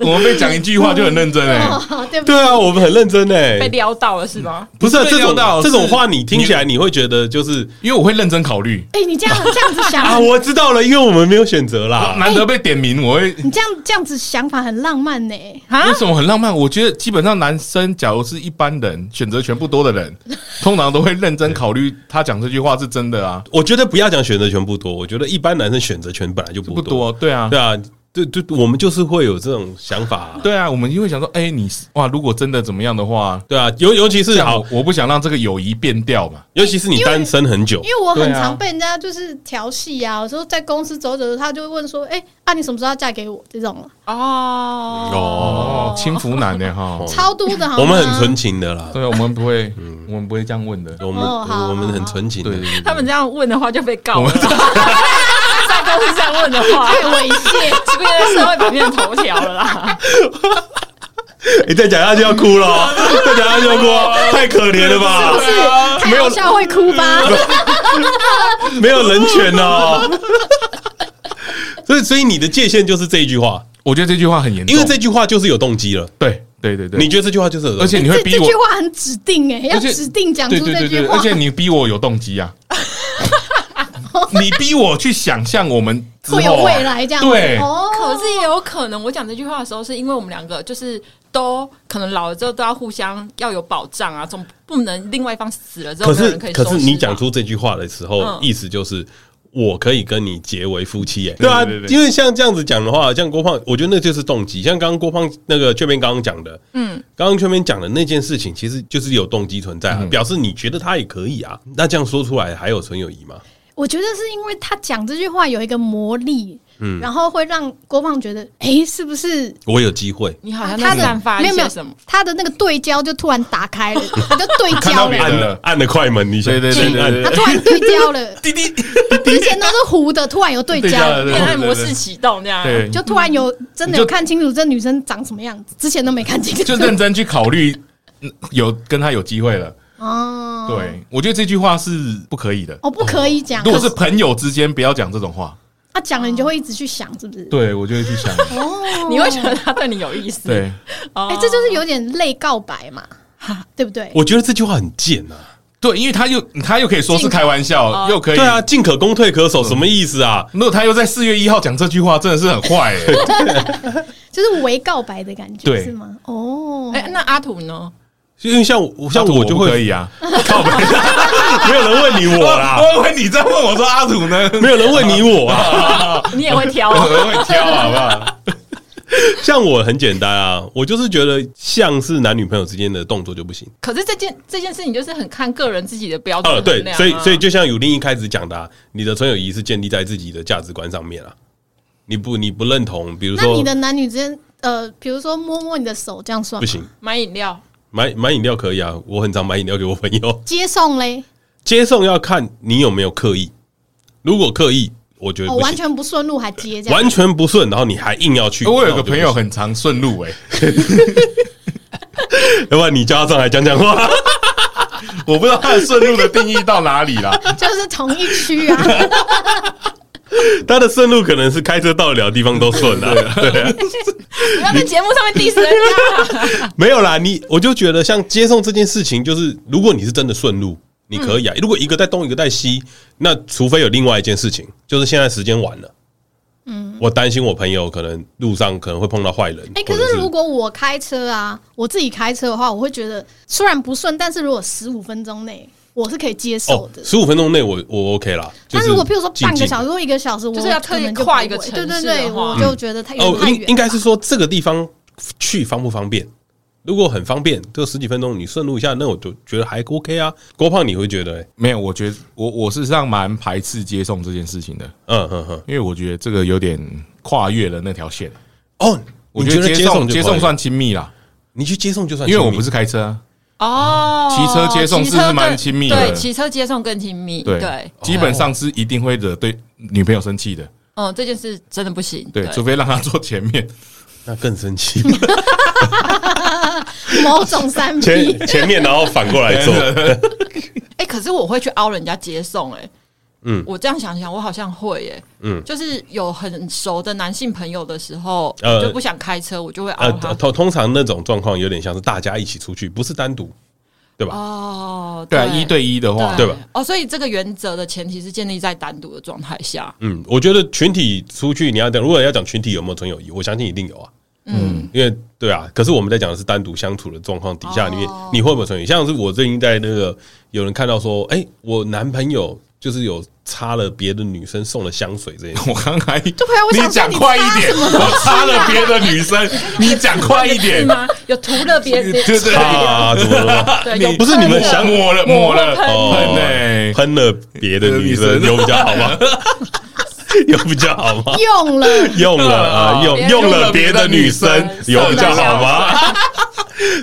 S2: 我们被讲一句话就很认真 哎、
S3: 哦，对不起
S1: 对啊，我们很认真呢。
S4: 被撩到了是吗？
S1: 不是啊
S2: 被
S1: 这
S2: 撩
S1: 种
S2: 到
S1: 这种
S2: 是
S1: 话，你听起来你会觉得就是
S2: 因为我会认真考虑，
S3: 哎、你这样这样子想
S1: 啊，我知道了，因为我们没有选择啦。
S2: 难得被点名，我会。
S3: 你这样这样子想法很浪漫呢、
S4: 啊
S2: 为，什么很浪漫？我觉得基本上男生，假如是一般人选择权不多 的人，通常都会认真考虑他讲这句话是真的啊，
S1: 我觉得不要讲选择权不多，我觉得一般男生选择权本来就
S2: 不
S1: 不多。
S2: 多，对啊，
S1: 对啊，对对，我们就是会有这种想法啊。
S2: 对啊，我们就会想说，哎，你哇，如果真的怎么样的话，
S1: 对啊，尤尤其是
S2: 这样
S1: 好
S2: 我，我不想让这个友谊变掉嘛。
S1: 尤其是你单身很久
S3: 因，为我很
S2: 对啊
S3: 常被人家就是调戏啊，有时候在公司走走的时候，他就会问说：“哎、啊，你什么时候要嫁给我？”这种了，
S4: 哦，
S2: 哦，轻浮男的 哈，
S1: 哦
S3: 超多的好吗，
S1: 我们很纯情的啦，
S2: 对，啊我们不会，
S1: 嗯
S2: 我们不会这样问的。
S1: 我们
S3: 哦好
S1: 我们很纯情
S2: 对
S1: 的
S2: 对。对，
S4: 他们这样问的话就被
S2: 我
S4: 告了 哎
S2: 们。
S4: 在公司这样问的话，
S3: 太猥亵。
S4: 这边社会版面头条了啦。
S1: 你再讲下去要哭了哦，再讲下去要哭哦， 太可怜了
S3: 不
S1: 吧？
S3: 是开玩笑会哭吧？
S1: 没有人权哦。所以，所以你的界限就是这一句话，
S2: 我觉得这句话很严重，
S1: 因为这句话就是有动机了。
S2: 对对对对，
S1: 你觉得这句话就是有动
S2: 而
S1: 机，
S2: 且你会
S3: 这
S2: 逼
S3: 这
S2: 我
S3: 句，话很指定哎、要
S2: 而且
S3: 指定讲
S2: 对
S3: 出
S2: 对
S3: 这
S2: 对
S3: 句
S2: 对，
S3: 话
S2: 而。且你逼我有动机 啊，你逼我去想象我们之后
S3: 会
S2: 啊
S3: 有未来这样子
S2: 对
S3: 哦，
S4: 可是也有可能，我讲这句话的时候，是因为我们两个就是都可能老了之后都要互相要有保障啊，总不能另外一方死了之后
S1: 可
S4: 没有
S1: 是
S4: 人可以
S1: 可是
S4: 收拾啊
S1: 你
S4: 吧
S1: 讲出这句话的时候
S4: 嗯，
S1: 意思就是。我可以跟你结为夫妻耶、对啊，
S2: 对对对
S1: 因为像这样子讲的话，像郭胖，我觉得那就是动机。像刚刚郭胖那个雀边刚刚讲的，嗯，刚刚雀边讲的那件事情，其实就是有动机存在、
S2: 嗯
S1: 啊，表示你觉得他也可以啊。那这样说出来，还有纯友谊吗？
S3: 我觉得是因为他讲这句话有一个魔力，
S2: 嗯
S3: 然后会让郭胖觉得，哎、是不是
S1: 我有机会，
S4: 你好
S3: 啊
S4: 像
S3: 他
S4: 在
S3: 的
S4: 散发
S3: 没
S4: 一
S3: 有没
S4: 些
S3: 有
S4: 什么？
S3: 他的那个对焦就突然打开了，他就对
S2: 看
S3: 焦
S2: 到别
S3: 了。
S1: 按
S2: 人
S1: 了
S2: 了，
S1: 按了快门，你
S2: 对对对对对
S3: 他
S2: 对，
S3: 突然对 焦了，滴滴，之前都是糊的，突然有对
S2: 对
S3: 焦，
S2: 焦了
S4: 恋爱模式启动这样，
S2: 对，
S3: 就突然有真
S2: 你
S3: 的
S2: 就
S3: 有看清楚这女生长什么样子，之前都没看清楚。
S2: 就认真去考虑，嗯有跟他有机会了。
S3: 哦，，
S2: 对，我觉得这句话是不可以的。
S3: 哦，不可以讲，
S2: 如果
S3: 可
S2: 是朋友之间，不要讲这种话。
S3: 他讲了，你就会一直去想，是不是？
S2: 对，我就会去想，
S3: 哦，
S4: 你会觉得他对你有意思。
S2: 对
S4: 哦，
S3: 哎，这就是有点类告白嘛，对不对？
S1: 我觉得这句话很贱啊！
S2: 对，因为他又他又可以说是开玩笑，
S4: 哦
S2: 又可以
S1: 对啊，。进可攻退可守，什么意思啊？
S2: 如果他又在四月一号讲这句话，真的是很坏欸。
S3: 就是为告白的感觉，
S2: 对
S3: 是吗？哦，
S4: 哎，那阿土呢？
S1: 因为像我 像
S2: 阿土
S1: 我就
S2: 不可
S1: 会，
S2: 以啊，靠北
S1: 没有人问你我 啦，
S2: 我以为你在问我说阿土呢，
S1: 啊没有人问你我啊。
S4: 你也会挑
S2: 我会挑好不好？
S1: 像我很简单啊，我就是觉得像是男女朋友之间的动作就不行。
S4: 可是这件这件事情就是很看个人自己的标准
S1: 呃，
S4: 衡
S1: 对
S4: 量啊、，
S1: 所以所以就像有另一开始讲的、啊，你的纯友谊是建立在自己的价值观上面啊。你不你不认同，比如
S3: 那
S1: 说
S3: 你的男女之间，呃，比如说摸摸你的手这样算
S1: 不
S3: 吗，
S1: 行，
S4: 买饮料，
S1: 买买饮料可以啊，我很常买饮料给我朋友。
S3: 接送嘞，
S1: 接送要看你有没有刻意，如果刻意，我觉得
S3: 哦，
S1: 不
S3: 完
S1: 行，
S3: 全不顺路还接这样，
S1: 完全不顺，然后你还硬要去。
S2: 我有
S1: 那就
S2: 个
S1: 不
S2: 朋友
S1: 行，
S2: 很常顺路哎，
S1: 要不然你叫他上来讲讲话。
S2: 我不知道他的顺路的定义到哪里啦。
S3: 就是同一区啊。
S1: 他的顺路可能是开车到得了地 方都顺 啊。对啊，
S4: 不要在节目上面 diss 人家、
S1: 没有啦，你我就觉得像接送这件事情，就是如果你是真的顺路，你可以
S3: 嗯
S1: 啊。如果一个在东，一个在西，那除非有另外一件事情，就是现在时间晚了。嗯，我担心我朋友可能路上可能会碰到坏人。
S3: 哎、可
S1: 或者
S3: 是如果我开车啊，我自己开车的话，我会觉得虽然不顺，但是如果十五分钟内我是可以接受
S1: 哦
S3: 的，。
S1: 十五分钟内我我 OK 啦。就
S3: 但
S1: 是
S3: 如果譬如说半个小
S1: 时，
S3: 时或一个小时，我
S4: 就是要特
S3: 可
S4: 地
S3: 能就
S4: 跨
S3: 不
S4: 一个
S3: 会
S4: 城
S3: 对对
S4: 市
S3: 对，
S4: 的话
S3: 我就觉得太有
S1: 哦
S3: 点，太
S1: 应
S3: 远。
S1: 应该是说这个地方去方不方便。如果很方便，这十几分钟你顺路一下，那我就觉得还 OK 啊。郭胖，你会觉得、欸
S2: 没有，我觉得我我事实上蛮排斥接送这件事情的，
S1: 嗯嗯嗯，
S2: 因为我觉得这个有点跨越了那条线。
S1: 哦，
S2: 我
S1: 你
S2: 觉得接送
S1: 就
S2: 接
S1: 可以
S2: 送算亲密啦，
S1: 你去接送就算
S2: 因
S1: 亲
S2: 为
S1: 密，
S2: 我不是开车啊，
S4: 哦，
S2: 骑车接送
S4: 骑
S2: 是
S4: 车
S2: 不是蛮
S4: 更
S2: 亲密的
S4: 对，骑车接送更亲密。
S2: 对
S4: 对，
S2: 基本上是一定会惹对女朋友生气的，
S4: 嗯，这件事真的不行。
S2: 对，除非让她坐前面。
S1: 那更生气。
S3: 某种三 P，
S1: 前前面然后反过 来做，啊
S4: 哎、可是我会去凹人家接送、哎，
S1: 嗯
S4: 嗯，我这样想想，我好像会、哎，
S1: 嗯
S4: 嗯，就是有很熟的男性朋友的时候，
S1: 呃
S4: 我就不想开车，我就会凹
S1: 呃，
S4: 他。
S1: 通通常那种状况有点像是大家一起出去，不是单独，对吧？
S4: 哦，
S2: 对啊，一对一的话，
S1: 对吧？
S4: 哦，所以这个原则的前提是建立在单独的状态下。
S1: 嗯，我觉得群体出去，你要讲，如果要讲群体有没有纯友谊，我相信一定有啊。嗯，因为对啊，可是我们在讲的是单独相处的状况底下里面，
S4: 哦
S1: 你会不会纯友谊？像是我最近在那个有人看到说，哎、我男朋友就是有擦了别的女生送的香水这件 事，
S2: 我刚才
S3: 对啊我想
S2: 你
S3: 说
S2: 讲快一点，我插了别的女生，你讲快一
S4: 是
S2: 点，
S4: 吗？有涂了 别人，
S2: 对对
S1: 啊，怎么 了？
S4: 对，
S2: 你
S4: 有
S1: 不是你们想
S4: 喷的
S2: 抹了抹了
S4: 喷
S1: 哦
S2: 喷欸
S1: 喷了别的 女
S2: 别的
S1: 生
S2: 女生
S1: 有比较好吗？有比较好吗？
S3: 用了，
S1: 用了啊，用
S4: 别人
S1: 用
S4: 用
S1: 了
S2: 了
S1: 别
S2: 别
S1: 的
S2: 的
S1: 女
S2: 女
S1: 生
S2: 生
S1: 有比较
S4: 送的
S1: 好吗？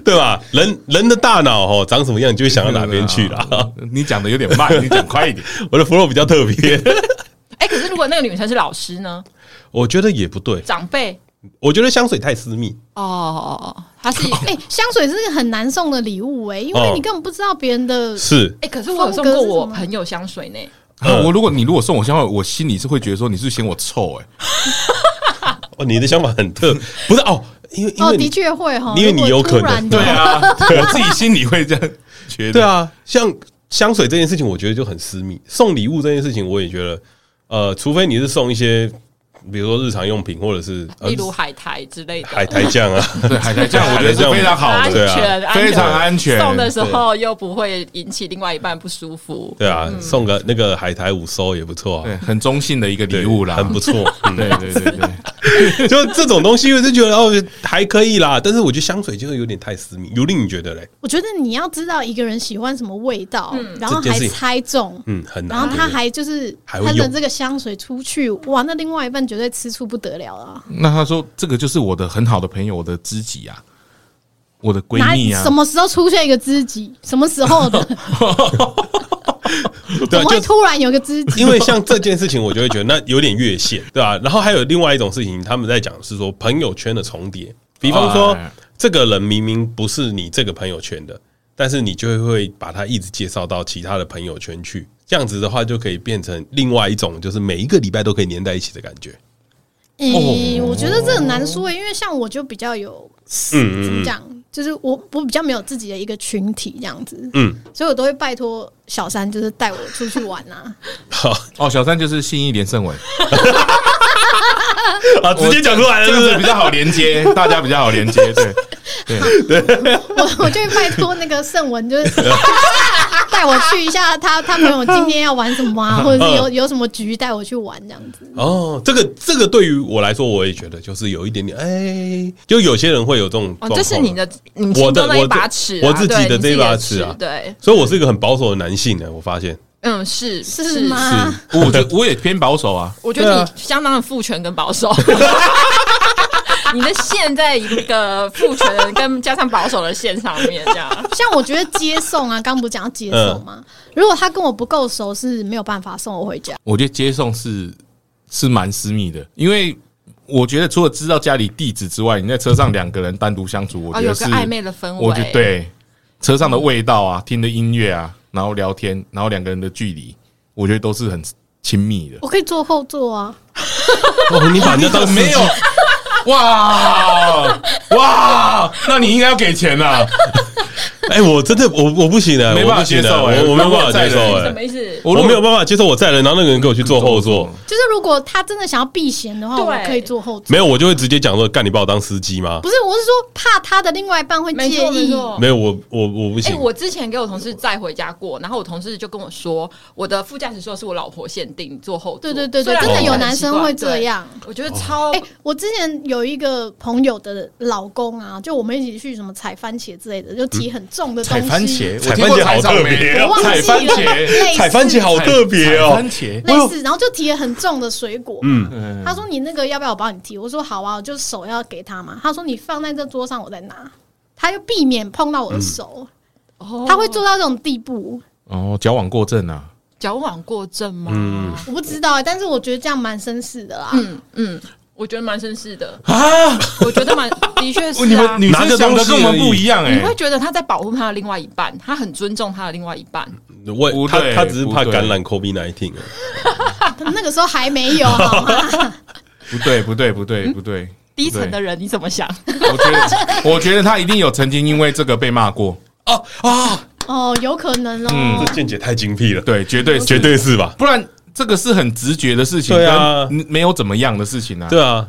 S1: 对吧？人人的大脑哦，长什么样，你就会想到哪边去了。
S2: 你讲的有点慢，你讲快一点。
S1: 我的 flow 比较特别，
S4: 哎、可是如果那个女生是老师呢？
S1: 我觉得也不对。
S4: 长辈
S1: 我觉得香水太私密，
S4: 哦哦，哦她是哎
S3: 哎、香水是个很难送的礼物哎、因为
S1: 哦
S3: 你根本不知道别人的。
S1: 是
S4: 哎，可是我有送过我朋友香水呢。
S1: 嗯
S2: 呃我如果你如果送我香味，我心里是会觉得说你是不是嫌我臭哎，
S1: 哦，你的想法很特，不是哦，因为因
S3: 哦，
S1: 为
S3: 的
S1: 你
S3: 确会哈，
S1: 因为你
S3: 如果
S1: 有可能
S3: 突然
S2: 对
S3: 的话
S2: 啊， 我自己心里会这样觉得。
S1: 对，啊，像香水这件事情，我觉得就很私密。送礼物这件事情，我也觉得，呃，除非你是送一些，比如说日常用品，或者是呃
S4: 例如海苔之类的，
S1: 海苔酱啊，
S2: 对海苔酱我觉得是非常好
S4: 安
S2: 的，
S1: 对啊
S4: 全，安全
S2: 非常安全
S4: 送的时候又不会引起另外一半不舒服。
S1: 对啊，送个那个海苔五收也不错啊
S2: 对，，很中性的一个
S1: 对
S2: 礼物啦，
S1: 很不错。嗯
S2: 对对对 对，
S1: 就这种东西，我就觉得哦还可以啦，但是我觉得香水就是有点太私密。尤令你觉得嘞？
S3: 我觉得你要知道一个人喜欢什么味道，
S4: 嗯
S3: 然后
S1: 这件
S3: 还
S1: 事情
S3: 猜中，
S1: 嗯，很难。
S3: 然后他
S1: 对
S3: 还就是
S1: 还会
S3: 喷了
S1: 用
S3: 这个香水出去，哇，那另外一半绝对吃醋不得了啊！
S2: 那他说这个就是我的很好的朋友，我的知己啊，我的闺
S3: 哪
S2: 蜜啊
S3: 什，么时候出现一个知己？什么时候的？
S1: 不
S3: 怎
S1: 对
S3: 么
S1: 啊
S3: 会
S1: 就。
S3: 突然有个知 己？
S1: 因为像这件事情，我就会觉得那有点越线，对吧、然后还有另外一种事情，他们在讲是说朋友圈的重叠，比方说
S2: 哎
S1: 这个人明明不是你这个朋友圈的，但是你就会把他一直介绍到其他的朋友圈去，这样子的话就可以变成另外一种，就是每一个礼拜都可以粘在一起的感觉。
S3: 诶、我觉得这很难说、因为像我就比较有，
S1: 嗯嗯嗯
S3: 哦嗯，怎么讲？就是我我比较没有自己的一个群体这样子，
S1: 嗯，
S3: 所以我都会拜托小三，就是带我出去玩啊。
S1: 好
S2: 哦，小三就是信义连胜文，
S1: 啊，直接讲出来了，
S2: 这
S1: 是不
S2: 样子
S1: 是
S2: 比？较好连接，大家比较好连接，对，
S3: 我我就拜托那个圣文，就是 带我去一下他他朋友今天要玩什么啊，或者是有有什么局带我去玩这样子。
S1: 哦，这个这个对于我来说，我也觉得就是有一点点，哎、就有些人会有这种状
S4: 哦，
S1: 况、啊
S4: 这是你的你
S1: 我
S4: 心
S1: 的
S4: 中的一
S1: 我的
S4: 把尺啊、
S1: 我自己
S4: 对你
S1: 的
S4: 的
S1: 这一把尺啊
S4: 对，
S1: 所以我是一个很保守的男性啊呢，我发 现
S4: 嗯，是
S3: 是？吗？
S2: 我觉我也偏保守啊，
S4: 我觉
S1: 对
S4: 得
S1: 啊
S4: 你相当的父权跟保 守。你的线在一个父权跟加上保守的线上面，这样
S3: 像我觉得接送啊，刚不讲要接送吗？如果他跟我不够熟，是没有办法送我回家。
S2: 我觉得接送是是蛮私密的，因为我觉得除了知道家里地址之外，你在车上两个人单独相处，我
S4: 哦，
S2: 觉
S4: 有
S2: 得
S4: 个
S2: 是
S4: 暧昧的氛围。
S2: 我觉得对车上的味道啊，听的音乐啊，然后聊天，然后两个人的距离，我觉得都是很亲密的。
S3: 我可以坐后座啊，
S1: 哦，你把人家当
S2: 怎么没有
S1: 司机，
S2: 哇哇，那你应该要给钱啊呐！
S1: 哎、我真的我我不行的，啊
S2: 没办法
S1: 我不行
S2: 接
S1: 的
S2: 受哎
S1: 我我没有办
S2: 我
S1: 法
S2: 载
S1: 接
S2: 人
S1: 受哎、
S4: 什么意思？
S1: 我没有办法接受我载人，然后那个人给我去坐后
S2: 嗯
S1: 座，
S3: 就是如果他真的想要避嫌的话，
S4: 对
S3: 我可以坐后座。
S1: 没有我就会直接讲说，干你把我当司机吗？
S3: 不是，我是说怕他的另外一半会
S4: 没
S3: 介
S4: 错没
S3: 意。
S4: 错。
S1: 没有，我我我不
S4: 哦哎、
S1: 行，
S4: 我之前给我同事载回家过，然后我同事就跟我说，我的副驾驶座是我老婆限定坐后座。
S3: 对对对
S4: 虽
S3: 对，
S4: 然
S3: 真的
S4: 我
S3: 有
S4: 很
S3: 男
S4: 习
S3: 生
S4: 惯
S3: 会这
S4: 对
S3: 样。
S4: 我觉得超、
S3: 哎、我之前有一个朋友的老公啊，就我们一起去什么采番茄之类的，就提很重的东
S2: 采
S3: 西，
S2: 番茄，
S1: 采番茄好特别
S3: 我
S1: 哦
S3: 忘记
S2: 采
S3: 了，
S2: 番茄，
S3: 类似
S1: 采番茄好特别
S2: 采
S1: 哦
S2: 番，茄，
S3: 类似，然后就提了很重的水果。
S1: 嗯，
S2: 嗯
S3: 他说：“你那个要不要我帮你提？”我说：“好啊，我就手要给他嘛。”他说：“你放在这桌上，我再拿。”他就避免碰到我
S2: 嗯
S3: 的手，
S4: 哦
S3: 他会做到这种地步，
S2: 哦，矫枉过正啊，
S4: 矫枉过正吗？
S1: 嗯
S3: 我不知道哎、但是我觉得这样蛮绅士的啦。
S4: 嗯嗯，我觉得蛮绅士的，
S2: 啊，
S4: 我觉得蛮的确是、啊、
S2: 哦你们女
S1: 拿
S2: 生
S1: 个
S2: 想
S1: 东
S2: 的
S1: 西
S2: 跟我们
S1: 而已
S2: 不一样哎
S4: 你会，觉得他在保护他的另外一半，他很尊重他的另外一半。
S2: 嗯
S1: 我
S2: 不
S1: 他
S2: 对
S1: 他只是怕
S2: 不对
S1: 感染 COVID nineteen，
S3: 那个时候还 没有，好吗？
S2: 不对不对不对不对，
S4: 嗯低层的人你怎么想？
S2: 我觉得，我觉得他一定有曾经因为这个被骂过。哦啊，
S3: 哦，有可能哦。
S2: 嗯
S1: 这见解太精辟了，
S2: 对，绝
S4: 哦
S2: 对
S1: 绝，对是吧？
S2: 不然这个是很直觉的事情，
S1: 对啊
S2: 跟没有怎么样的事情啊，
S1: 对啊，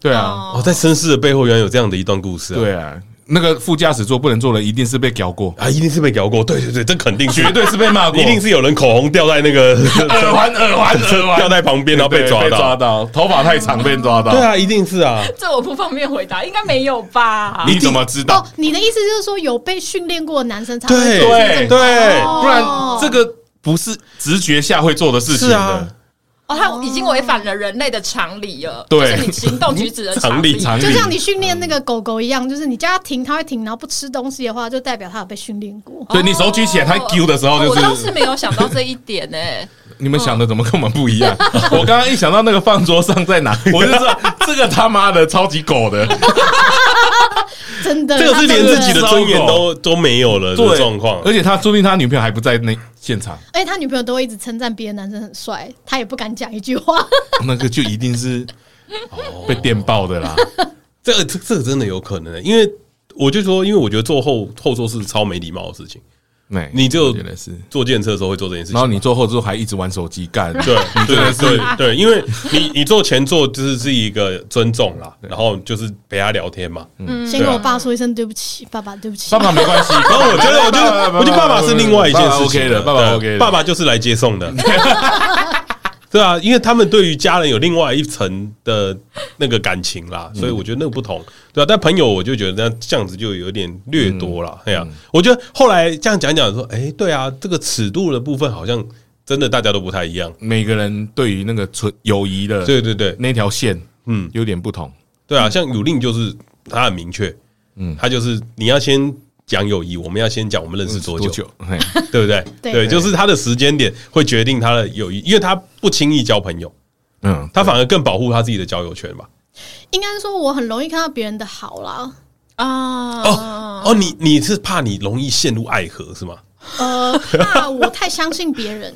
S2: 对啊，
S1: 哦，在绅士的背后原来有这样的一段故事啊，
S2: 对啊，那个副驾驶座不能坐的一定是被屌过，
S1: 啊，一定是被咬过，对对对，这肯定 是
S2: 绝对是被骂过，
S1: 一定是有人口红掉在那 个
S2: 耳环 耳环耳环
S1: 掉在旁边，然后被抓
S2: 对被抓
S1: 到。
S2: 到，头发太长被抓到，
S1: 对，啊，一定是啊，
S4: 这我不方便回答，应该没有吧？
S2: 你怎么知道
S3: 哦？，你的意思就是说有被训练过的男生才会
S1: 对
S3: 做出
S2: 对
S3: 这种
S1: 对
S3: 哦
S2: 不然这个不是直觉下会做的事情
S1: 是啊
S2: 的，
S4: 哦，他已经违反了人类的常理了，
S2: 对
S4: 就是你行动举止的
S1: 常
S4: 理
S1: 理。
S2: 常理
S3: 就像你训练那个狗狗一样，就是你叫它停，它会停，然后不吃东西的话，就代表它有被训练过。
S1: 哦
S2: 对你手举起来，
S4: 哦
S2: 他丢的时候
S4: 我
S2: 就
S4: 倒
S2: 是
S4: 是没有想到这一点呢、
S2: 你们想的怎么跟我们不一样？ 我刚刚一想到那个放桌上 在哪，我就知道这个他妈的超级狗的，
S3: 真的，
S1: 这个是
S3: 它真
S1: 连自己的尊严
S2: 骚
S1: 都都没有了的状况
S2: 而。且他说不定他女朋友还不在那现场，
S3: 而且哎他女朋友都会一直称赞别的男生很帅，他也不敢讲一句话。
S2: 那个就一定是哦被电爆的啦。
S1: 这个这这个真的有可能欸，因为我就说，因为我觉得坐后后座是超没礼貌的事情。
S2: 对，
S1: 你就
S2: 我觉得是，
S1: 坐电车的时候会做这件事情
S2: 然后，你坐后座还一直玩手机干，
S1: 对
S2: 你真
S1: 对
S2: 的是
S1: 对对，因为你你坐前座就是是一个尊重啦，然后就是陪他聊天嘛。
S3: 先跟我爸说一声对不起，爸爸对不起
S2: 爸。爸没关系。然
S1: 然后我觉得，我觉得，我觉得爸爸是另外一件事情
S2: OK 的，爸爸
S1: 对啊
S2: OK 的，
S1: 爸爸就是来接送的。 对啊，因为他们对于家人有另外一层的那个感情啦，所以我觉得那个不同，对啊。但朋友，我就觉得那这样子就有点略
S2: 嗯
S1: 多了，哎呀、我觉得后来这样讲讲说，哎、对啊，这个尺度的部分好像真的大家都不太一样。
S2: 每个人对于那个纯友谊的
S1: 对对对，
S2: 那条线，
S1: 嗯
S2: 嗯，有点不同。
S1: 对啊，像鲁令就是他很明确，嗯，他就是你要先讲友谊，我们要先讲我们认识多久，
S2: 久？嘿
S1: 对不对？
S3: 对
S1: 对，就是他的时间点会决定他的友谊，因为他不轻易交朋友，
S2: 嗯，
S1: 他反而更保护他自己的交友圈吧。
S3: 应该说我很容易看到别人的好啦，
S4: 啊，
S1: 哦哦，你你是怕你容易陷入爱河是吗？
S3: 呃，怕我太相信别人，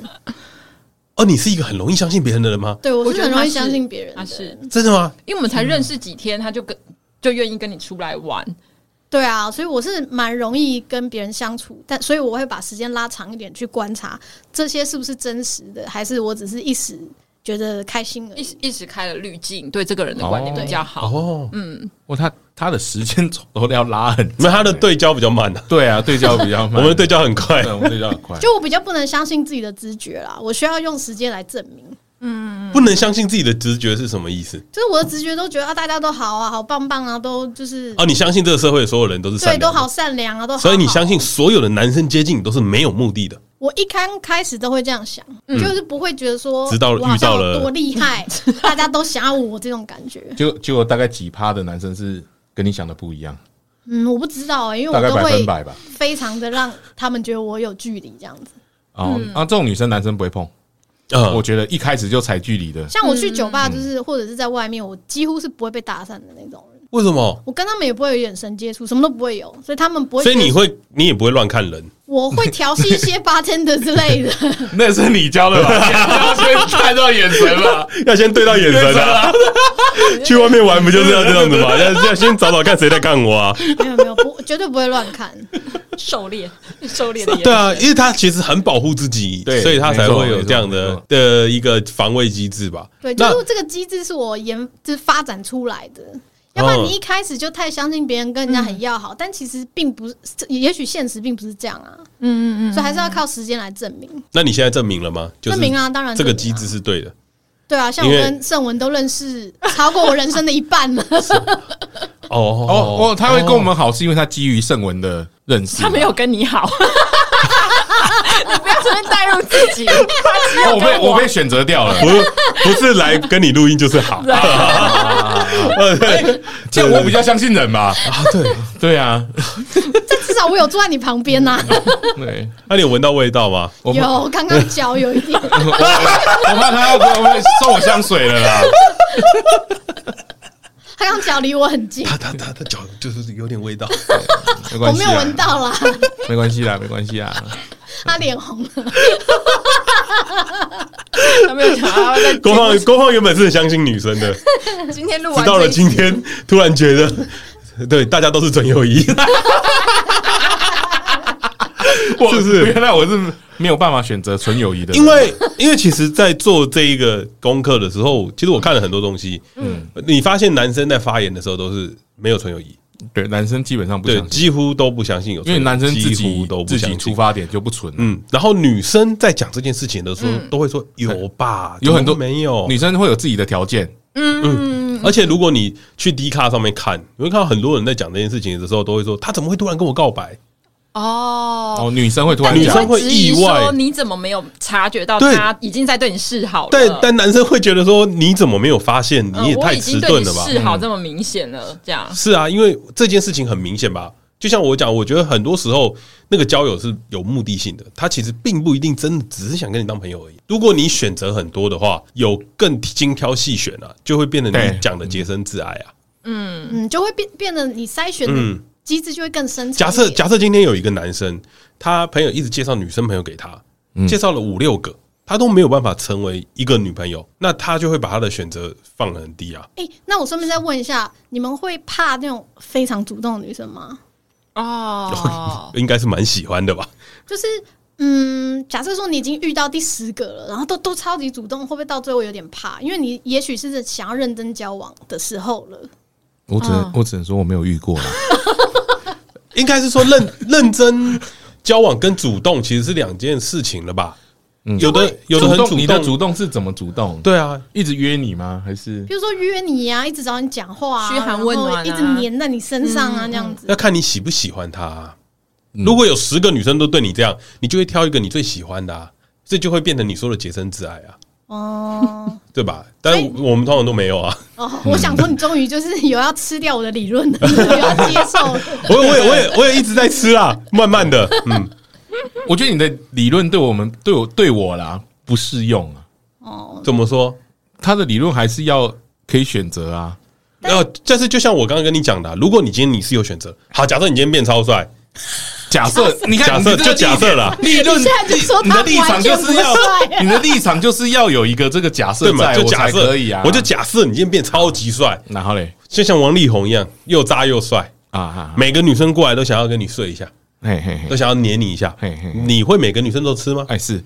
S1: 哦，你是一个很容易相信别人的人吗？
S3: 对我
S4: 我
S3: 是
S4: 觉得
S3: 很
S4: 他
S3: 容易
S4: 是
S3: 相信别人
S4: 他
S3: 的。
S4: 啊是，
S1: 真的吗？
S4: 因为我们才认识几天，他就跟就愿意跟你出来玩，
S3: 对啊，所以我是蛮容易跟别人相处，但所以我会把时间拉长一点去观察这些是不是真实的，还是我只是一时觉得开心而
S4: 一
S3: 已。
S4: 时一时开了滤镜，对这个人的观念
S2: 哦
S3: 嗯
S4: 比较好。
S1: 哦，
S2: 哇，他他的时间走都要拉很长，
S1: 没有他的对焦比较慢啊，
S2: 对啊，对焦比较慢，嗯
S1: 我们的对焦很快
S2: 对，我们对焦很快，
S3: 就我比较不能相信自己的直觉啦，我需要用时间来证明。
S1: 不能相信自己的直觉是什么意思？
S3: 就是我的直觉都觉得啊，大家都好啊，好棒棒啊，都就是、
S1: 哦，你相信这个社会的所有人都是善
S3: 对，
S1: 良的
S3: 都好，善良啊，都好好。
S1: 所以你相信所有的男生接近你都是没有目的的，
S3: 我一刚开始都会这样想，嗯就是不会觉得说
S1: 直到
S3: 我好像
S1: 遇到嗯了
S3: 有多厉 害，大家都想要我这种感觉。
S2: 就就有大概几趴的男生是跟你想的不一样，
S3: 嗯，我不知道、欸，因为
S2: 大
S3: 我
S2: 概
S3: 都
S2: 百分
S3: 会
S2: 百吧。
S3: 非常的让他们觉得我有距离这样子。
S2: 哦，
S3: 嗯
S2: 啊，这种女生男生不会碰，我
S1: 嗯，
S2: 觉得一开始就踩距离的，
S3: 像我去酒吧，就是或者是在外面，我几乎是不会被搭讪的那种人。
S1: 为什么？
S3: 我跟他们也不会有眼神接触，什么都不会有，所以他们不会。
S1: 所以你，会，你也不会乱看人，
S3: 我会调戏一些 bartender 之类的。
S2: 那是你教的吧？ 你教先看到眼神吧，
S1: 要先对到眼神啊。 去外面玩不就是要这样子吗？要要先找找看谁在看我啊。
S3: 没有没有，不绝对不会乱看。
S4: 狩猎，狩猎的眼神
S1: 对啊，因为他其实很保护自己，
S2: 对
S1: 所以他才会有这样
S2: 没
S1: 的
S2: 错
S1: 的一个防卫机制吧。
S3: 对，就
S1: 那
S3: 是这个机制是我研就是发展出来的。要不然你一开始就太相信别人，跟人家很要
S1: 哦
S3: 好，但其实并不是，这也许现实并不是这样啊。嗯嗯嗯，所以还是要靠时间来证明。
S1: 那你现在证明了吗？就是
S3: 证明啊，当然
S1: 这个
S3: 证
S1: 机
S3: 明啊
S1: 制是对的。
S3: 对啊，像我
S1: 因为
S3: 跟盛文都认识超过我人生的一半 了。
S1: 哦
S2: 哦哦，他会跟我们好是因为他基于圣文的认识，
S4: 他没有跟你好，你不要随便带入自己。
S2: 哦，我被我被选择掉 了，
S1: 不不是来跟你录音就是 好。呃对
S2: 这样我比较相信人吧？啊，对对啊，
S3: 这至少我有坐在你旁边 呐、
S2: 对，
S1: 那你有闻到味道吗？
S2: 我怕
S3: 有刚刚脚有一 点，
S2: 我怕他要给我送我香水了 啦。
S3: 他刚脚离我很近，
S1: 他他他他脚就是有点 味道。
S2: 没
S3: 我
S2: 关系，啊
S1: 啊
S3: 没有闻，到啦，
S2: 没关系啦，没关系啊啦。
S3: 他脸红了。
S4: 他没有想要在
S1: 郭放郭放原本是很相信女生的，直
S4: 今天录完
S1: 到了
S4: 这一集
S1: 今天 突然觉得。对，大家都是准友谊，
S2: 我
S1: 是不是
S2: 原来我是没有办法选择纯友谊的人，
S1: 因为因为其实，在做这一个功课的时候，其实我看了很多东西。嗯，你发现男生在发言的时候都是没有纯友谊，
S2: 对男生基本上不
S1: 对，
S2: 相信，
S1: 几乎都不相信有
S2: 因
S1: 纯友谊，
S2: 为男生自
S1: 几乎
S2: 己
S1: 都不
S2: 自
S1: 相
S2: 己
S1: 信
S2: 出。发点就不纯。
S1: 嗯，然后女生在讲这件事情的时候，都会说有吧，
S2: 嗯 有很多嗯
S1: 怎么没有嗯
S2: 女生会有自己的条件，
S1: 而且如果你去 D 卡上面看，你会看到很多人在讲这件事情的时候，都会说他怎么会突然跟我告白？
S4: 哦。
S2: 哦，女生会突然
S1: 啊女
S2: 讲
S1: 生会
S4: 质疑
S1: 意外
S4: 说你怎么没有察觉到
S1: 对
S4: 他已经在对你示好了？
S1: 但但男生会觉得说你怎么没有发现？
S4: 嗯
S1: 你也
S4: 我
S1: 太
S4: 已
S1: 迟
S4: 经
S1: 钝
S4: 对你
S1: 了吧？
S4: 示
S2: 嗯
S4: 好这么明显了，这样
S1: 是啊，因为这件事情很明显吧。就像我讲，我觉得很多时候那个交友是有目的性的，他其实并不一定真的只是想跟你当朋友而已。如果你选择很多的话，有更精挑细选啊，就会变得你
S2: 对
S1: 讲的洁身自爱啊。
S3: 嗯，就会变变得你筛选的机制就会更深层一
S1: 嗯
S3: 点。
S1: 假设假设今天有一个男生，他朋友一直介绍女生朋友给他，介绍了五六个，他都没有办法成为一个女朋友，那他就会把他的选择放得很低啊。。
S3: 哎、那我顺便再问一下，你们会怕那种非常主动的女生吗？
S4: 哦
S1: 应该是蛮喜欢的吧？
S3: 就是嗯，假设说你已经遇到第十个了，然后都都超级主动，会不会到最后有点怕？因为你也许是想要认真交往的时候了。嗯
S2: 我只能我只能说我没有遇 过啦。
S1: 应该是说认认真交往跟主动其实是两件事情了吧？有的有的很
S2: 嗯主
S1: 主动，
S2: 你的主动是怎么主动？，
S1: 对啊，
S2: 一直约你吗？还是
S3: 比如说约你呀、一直找你讲话、啊，
S4: 嘘寒问暖啊
S3: 然后一直黏在你身上啊，那样子。
S1: 要看你喜不喜欢他啊、如果有十个女生都对你这样，你就会挑一个你最喜欢的、啊，这就会变成你说的洁身自爱啊，
S4: 嗯
S3: 哦
S1: 对吧？但
S3: 所以
S1: 我们通常都没有啊。
S3: 哦，我想说，你终于就是有要吃掉我的理论了，你有要接受。
S1: 我我也我也我也一直在吃啊，慢慢的，嗯，
S3: 啊
S2: 我觉得你的理论对我们对我对我啦不适用啊，
S3: 哦，
S1: 怎么说？
S2: 他的理论还是要可以选择啊。
S1: 呃，但是就像我刚刚跟你讲的啊、如果你今天你是有选择，好，假设你今天变超帅，
S2: 假设你
S1: 假
S2: 看，
S1: 设
S2: 你这个
S1: 就假设啦
S2: 立
S3: 你
S2: 论
S3: 现在就说
S2: 你的
S3: 他
S2: 立场
S3: 完
S2: 就
S3: 全不啊
S2: 是要
S3: 帅，
S2: 你的立场就是要有一个这个假
S1: 对
S2: 设
S1: 嘛？
S2: 在，
S1: 就
S2: 我
S1: 假
S2: 才
S1: 设
S2: 可以啊。
S1: 我就假设你今天变超级帅，
S2: 然后嘞
S1: 就像王力宏一样，又渣又帅，
S2: 啊啊，
S1: 每个女生过来都想要跟你睡一下，
S2: 嘿嘿哎
S1: 都
S2: 嘿，
S1: 想要黏你一下
S2: 嘿嘿嘿。
S1: 你会每个女生都吃吗？
S2: 哎是，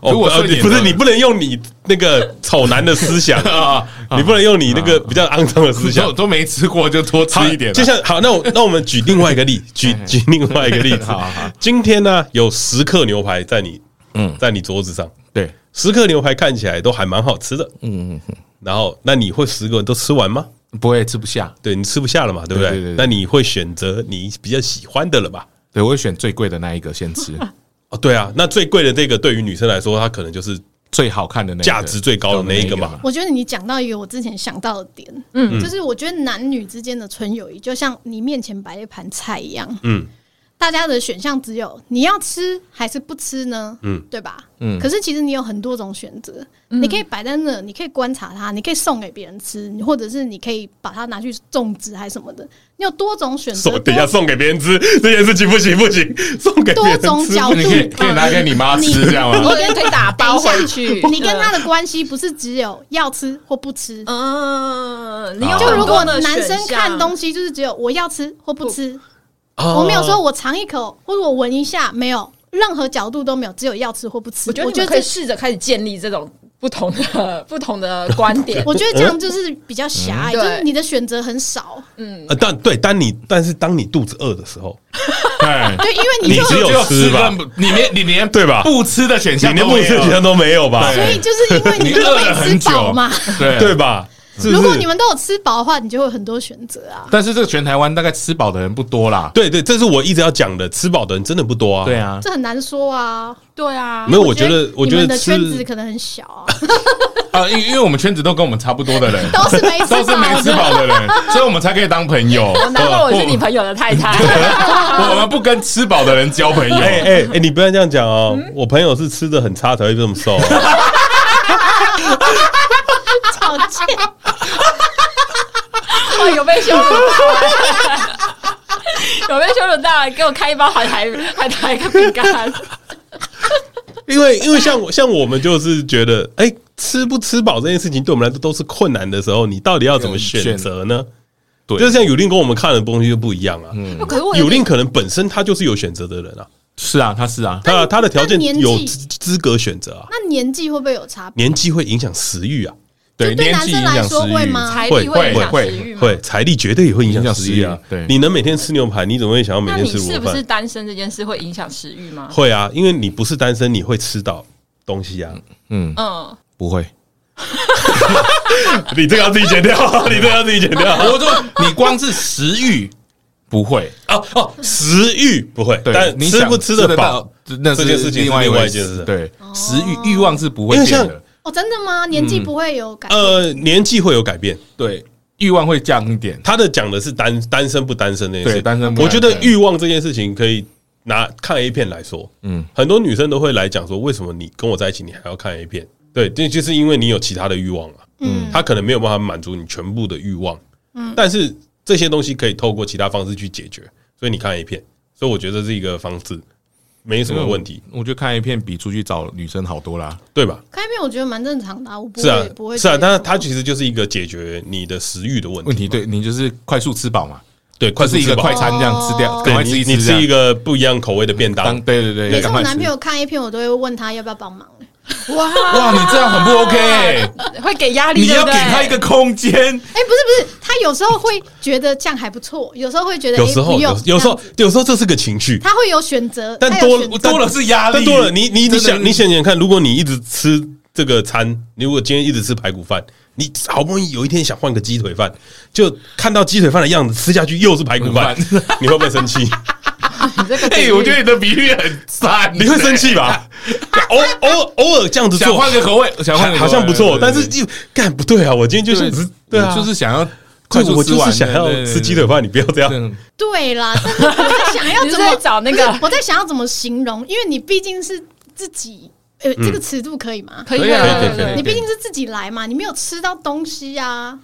S1: 哦
S2: 如果
S1: 呃
S2: 顺眼
S1: 不是
S2: 的
S1: 你不能用你那个丑男的思想
S2: 啊，
S1: 你不能用你那个比较肮脏的思想
S2: 都。都没吃过就多吃
S1: 好
S2: 一点啊，
S1: 就像好，那我那我们举另外一个例，举举另外一个例子
S2: 好好好。
S1: 今天呢，有十克牛排在你
S2: 嗯
S1: 在你桌子上，
S2: 对，
S1: 十克牛排看起来都还蛮好吃的，
S2: 嗯，
S1: 然后那你会十个人都吃完吗？
S2: 不会吃不下，
S1: 对你吃不下了嘛，对不
S2: 对对
S1: 对
S2: 对对？
S1: 那你会选择你比较喜欢的了吧？
S2: 对我会选最贵的那一个先吃，
S1: 哦，对啊，那最贵的这个对于女生来说，它可能就是
S2: 最好看的那一个
S1: 价值最高的那一个嘛。
S3: 我觉得你讲到一个我之前想到的点，嗯，就是我觉得男女之间的纯友谊，就像你面前摆一盘菜一样，
S1: 嗯，
S3: 大家的选项只有你要吃还是不吃呢？嗯，对吧？嗯，可是其实你有很多种选择，你可以摆在那，你可以观察它，你可以送给别人吃，你或者是你可以把它拿去种植还是什么的，你有多 种选择
S1: 送，等一下
S3: 多
S1: 送给别人吃 这件事情不行不行，送给别
S3: 多
S1: 人
S3: 种
S1: 吃
S3: 角
S2: 你可以可以拿给
S3: 度。
S2: 你妈吃这样吗？
S4: 我也可以打包回去。
S3: 你跟他的关系不是只有要吃或不吃，
S4: 嗯，你有
S3: 就
S4: 很
S3: 如
S4: 多
S3: 果
S4: 的
S3: 男生
S4: 选项
S3: 看东西，就是只有我要吃或不吃，
S1: 哦
S3: 我没有说我尝一口或者我闻一下，没有任何角度都没有，只有要吃或不吃。
S4: 我觉得
S3: 我
S4: 你
S3: 觉
S4: 们
S3: 得
S4: 可以
S3: 这，
S4: 试着开始建立这种不同的 不同的观点。
S3: 我觉得这样就是比较狭隘，
S4: 嗯
S3: 就是
S4: 对
S3: 你的选择很少，
S1: 呃，但对，当你但是当你肚子饿的时候，
S2: 哎
S3: 对，因为
S1: 你
S3: 就
S1: 只有吃吧
S2: 跟不，你连你连
S1: 对吧
S2: 不吃的选
S1: 你
S2: 项
S1: 连
S2: 都
S1: 目
S2: 没
S1: 前选
S2: 有，
S1: 项都没有吧？
S3: 所以就是因为你
S2: 你
S3: 们都
S2: 饿了
S3: 没
S2: 很
S3: 吃饱
S2: 久
S3: 嘛。
S2: 对
S1: 对。吧？是
S3: 如
S1: 不
S3: 果
S1: 是
S3: 你？们都有吃饱的话，你就会有很多选择啊。
S2: 但是这个全台湾大概吃饱的人不多啦，
S1: 对对，这是我一直要讲的，吃饱的人真的不多啊。
S2: 对，啊，
S3: 这很难说啊，
S4: 对啊
S1: 没，有，我觉得，我
S3: 你
S1: 觉
S3: 们
S1: 得
S3: 的
S1: 吃
S3: 圈子可能很小啊，
S2: 啊，因因为我们圈子都跟我们差不多的人，
S3: 都是没吃
S2: 都是没
S3: 饱
S2: 吃
S3: 的。
S2: 饱的 人，所以我们才可以当朋友。
S4: 我难怪我是你朋友的太 太。
S2: 我们不跟吃饱的人交朋友。
S1: 哎哎哎，你不要这样讲哦！我朋友是吃的很差才会这么瘦啊，
S3: 吵架，
S4: 哇，哦有被羞辱到欸， 有被羞辱到欸，给我开一包海苔，海苔一个 饼干。
S1: 因为因为像我像我们就是觉得，哎，吃不吃饱这件事情对我们来说都是困难的时候，你到底要怎么选择呢？
S2: 对
S1: 就像有令跟我们看的东西就不一样啊。
S4: 可是我
S1: 有
S4: 有
S1: 令
S4: 点
S1: 可能本身他就是有选择的人啊，
S2: 是啊，他是啊，
S1: 他他的条件
S3: 那年纪
S1: 有资资格选择啊，
S3: 那年纪会不会有差别？
S1: 年纪会影响食欲啊，
S3: 就对
S2: 年
S3: 男
S2: 纪
S3: 生
S2: 影
S3: 来
S2: 响
S3: 说
S2: 食
S3: 会
S2: 欲。
S3: 吗？
S4: 财
S1: 会
S4: 力会影响
S1: 会
S4: 食欲吗？
S1: 会财力绝对也会影响食欲啊
S2: 影响。食欲对
S1: 你能每天吃牛排，你怎么会想要每
S4: 那
S1: 天
S4: 你
S1: 吃
S4: 是
S1: 卤
S4: 不是
S1: 饭？
S4: 单身这件事会影响食欲吗？
S1: 会啊，因为你不是单身，你会吃到东西啊。
S2: 嗯，
S4: 嗯，
S2: 不会。
S1: 你这个要自己剪 掉，你这个要自己剪掉。
S2: 我就你光是食欲不会，
S1: 哦哦，食欲不会，
S2: 对，
S1: 但
S2: 你
S1: 吃
S2: 想
S1: 不吃得饱
S2: 到，，那
S1: 这
S2: 是
S1: 件事情是
S2: 另外
S1: 另外
S2: 回
S1: 一件事
S2: 对，食欲欲望是不会
S1: 因为
S2: 变
S1: 像
S2: 的，
S3: 哦，真的吗？年纪不会有改变？
S1: 呃，年纪会有改变。
S2: 对，欲望会降一点。
S1: 他的讲的是单单身不单身那件事，
S2: 对单身不
S1: 我觉
S2: 单
S1: 得
S2: 身
S1: 欲望这件事情可以拿看 A 片来说，嗯
S2: 嗯，
S1: 很多女生都会来讲说，为什么你跟我在一起，你还要看 A 片？对，这就是因为你有其他的欲望啊，嗯，他可能没有办法满足你全部的欲望，嗯，但是这些东西可以透过其他方式去解决，所以你看 A 片，所以我觉得这是一个方式，没什么问题，
S2: 我觉得看一片比出去找女生好多啦。
S1: 对吧？
S3: 开篇我觉得蛮正常的、啊，我不
S1: 是啊
S3: 会不会，
S1: 是啊，
S3: 觉得
S1: 但是
S3: 什么
S1: 它其实就是一个解决你的食欲的问题嘛，
S2: 问题对你就是快速吃饱嘛，
S1: 对，快
S2: 就
S1: 速
S2: 是一
S1: 吃
S2: 个
S1: 饱
S2: 快餐这样吃掉，
S3: 哦
S2: 赶快
S1: 对
S2: 吃
S1: 你
S2: 一
S1: 你
S2: 这
S1: 吃
S2: 样
S1: 一个啊不一样口味的便当
S2: 当，对对对，
S3: 每次
S2: 赶
S3: 我
S2: 快
S3: 男
S2: 吃
S3: 朋。友看 A 片，我都会问他要不要帮忙、欸。
S4: 哇
S2: 哇，你这样很不 OK，欸
S4: 会给压力，
S2: 你要
S4: 对
S2: 给
S4: 不对
S2: 他一个 空间。
S3: 哎、不是不是，他有时候会觉得这样还不错，有时候会觉得
S1: 有
S3: 哎
S1: 时候
S3: 不用
S1: 有有时候
S3: 这样子
S1: 有时候这是个情绪，
S3: 他会有选择，
S1: 但
S3: 他有
S1: 多
S3: 选择
S2: 多了是压
S1: 但
S2: 力，
S1: 多了你你你
S2: 真的
S1: 想你想想看，如果你一直吃这个餐，你如果今天一直吃排骨饭，你好不容易有一天想换个鸡腿饭，就看到鸡腿饭的样子，吃下去又是排骨饭
S2: 排骨，
S1: 你会不会生 气？
S4: 你这个比
S2: 哎、
S4: 喻
S2: 我觉得你的比喻很赞，
S1: 你会生气 吧？偶偶偶尔这样子
S2: 想
S1: 做，
S2: 换个口味，想换
S1: 好
S2: 个口味
S1: 好像不错，
S2: 对对
S1: 但是
S2: 对
S1: 又干不对啊！我今天就
S2: 对
S1: 是只是对啊，
S2: 就是想要快
S1: 就
S2: 速
S1: 我
S2: 吃
S1: 就
S2: 完，
S1: 是想要
S2: 对
S1: 吃鸡腿。饭，啊你不要这样
S2: 对。对对
S3: 对啦，但是我在想要
S4: 你是
S3: 怎
S4: 在
S3: 么
S4: 找那个
S3: 不是我在想要怎么形容，因为你毕竟是自己，呃、这个尺度可以吗？
S4: 可以
S2: 可以啊
S1: 可以可以
S3: 你
S2: 可以
S3: 毕竟是自己来嘛，你没有吃到东西呀、啊。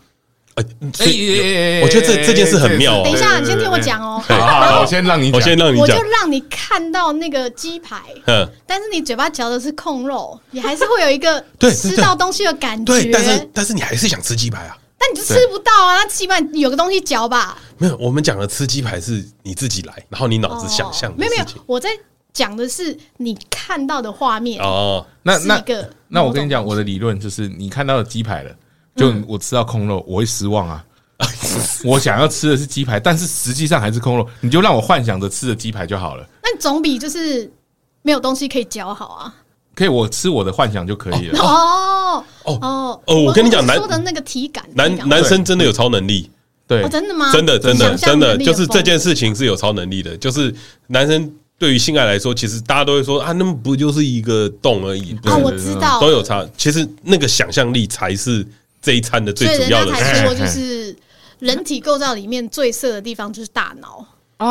S1: 哎所
S2: 哎哎哎哎
S1: 以
S2: 哎哎
S1: 我觉得这这件事很妙
S3: 等一
S1: 哦。
S2: 对对
S3: 下，
S2: 对
S3: 你先听我讲哦、
S2: 好好好，我先让你讲，
S1: 我先让你
S3: 我
S1: 讲
S3: 就，让你看到那个鸡排，
S1: 嗯，
S3: 但是你嘴巴嚼的是控肉，你还是会有一个
S1: 对
S3: 吃到东西的感觉。
S1: 对，但是但是你还是想吃鸡排啊？
S3: 但你就吃不到啊，那起码有个东西嚼吧。
S1: 哦没有，我们讲的吃鸡排是你自己来，然后你脑子想象的
S3: 没哦有没有
S1: 事情。，
S3: 我在讲的是你看到的画面，
S1: 哦，
S2: 那
S3: 是
S2: 那
S3: 一个
S2: 那我跟你讲，
S3: 某
S2: 我的理论就是，你看到了鸡排了，就
S4: 嗯
S2: 我吃到空肉，我会失望啊。我想要吃的是鸡排，但是实际上还是空肉，你就让我幻想着吃的鸡排就好了。
S3: 种，那总比就是没有东西可以教好啊。
S2: 可以，我吃我的幻想就可以了。
S3: 哦
S1: 哦
S3: 哦
S1: 哦我跟你讲男
S3: 说的那个体感，体
S1: 男
S3: 感
S1: 男生真的有超能力，
S2: 对
S3: 哦，，真的吗？
S1: 真的真的
S3: 想象
S1: 真的，
S3: 能力
S1: 就是
S3: 很
S1: 这
S3: 丰
S1: 件事情是有超能力的，就是男生。对于性爱来说，其实大家都会说啊，那么不就是一个洞而已，
S3: 富啊，我知道，
S1: 都有差。其实那个想象力才是这一餐的最
S3: 所以
S1: 主
S3: 人
S1: 要
S3: 家
S1: 的
S3: 才
S1: 事。
S3: 说就是人体构造里面最色的地方就是大脑。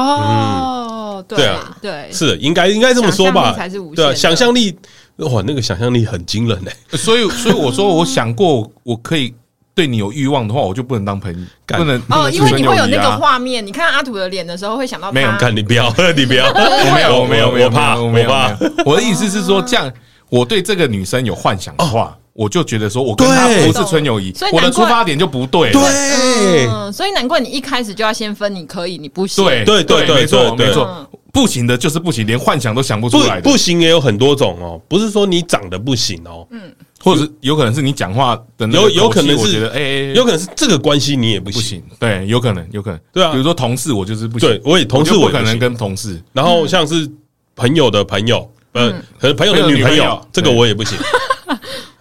S4: 哦，
S1: 对
S4: 对
S1: 啊
S4: 对，
S1: 是的，应该应该这么说吧
S4: 想象力才是无？限的
S1: 对啊，想象力哇，那个想象力很惊人欸嘞、
S2: 所以所以我说，我想过我可以对你有欲望的话，我就不能当朋友，
S1: 干
S2: 不能
S4: 哦，因为你会有那个
S2: 话，
S4: 画面，你看阿土的脸的时候会想到
S2: 没有
S4: 他
S1: 看你不要，你不要，啊
S2: 我没有，我没有，没有
S1: 我怕，
S2: 我
S1: 我
S2: 没有。
S1: 怕。
S2: 没有我 的意思是说，这样我对这个女生有幻想的话，我就觉得说我跟
S1: 哦对
S2: 她不是纯友谊
S4: 所以，
S2: 我的
S4: 难
S2: 出
S4: 怪
S2: 发点就不对了。
S1: 对，
S4: 嗯，所以难怪你一开始就要先分，你可以，你不行。
S2: 对
S1: 对对对
S2: 没错
S1: 对嗯
S2: 没错，不行的就是不行，连幻想都想不出
S1: 不
S2: 来的，
S1: 不行也有很多种哦，不是说你长得不行哦，
S3: 嗯
S2: 或者是有可能是你讲话的那个
S1: 有有
S2: 口气
S1: 可能是
S2: 我觉得哎哎，哎
S1: 有可能是这个关系你也不
S2: 不
S1: 行。
S2: 行，对，有可能有可能，
S1: 对啊
S2: 比如说同事，我就是不行，
S1: 对我也同事
S2: 就
S1: 我也
S2: 不
S1: 不
S2: 可能
S1: 行
S2: 跟同事，
S1: 然后像是朋友的朋友，呃，
S3: 嗯
S1: 可能朋友的女朋
S2: 朋友的女朋
S1: 友
S2: 友，
S1: 这个我也不行。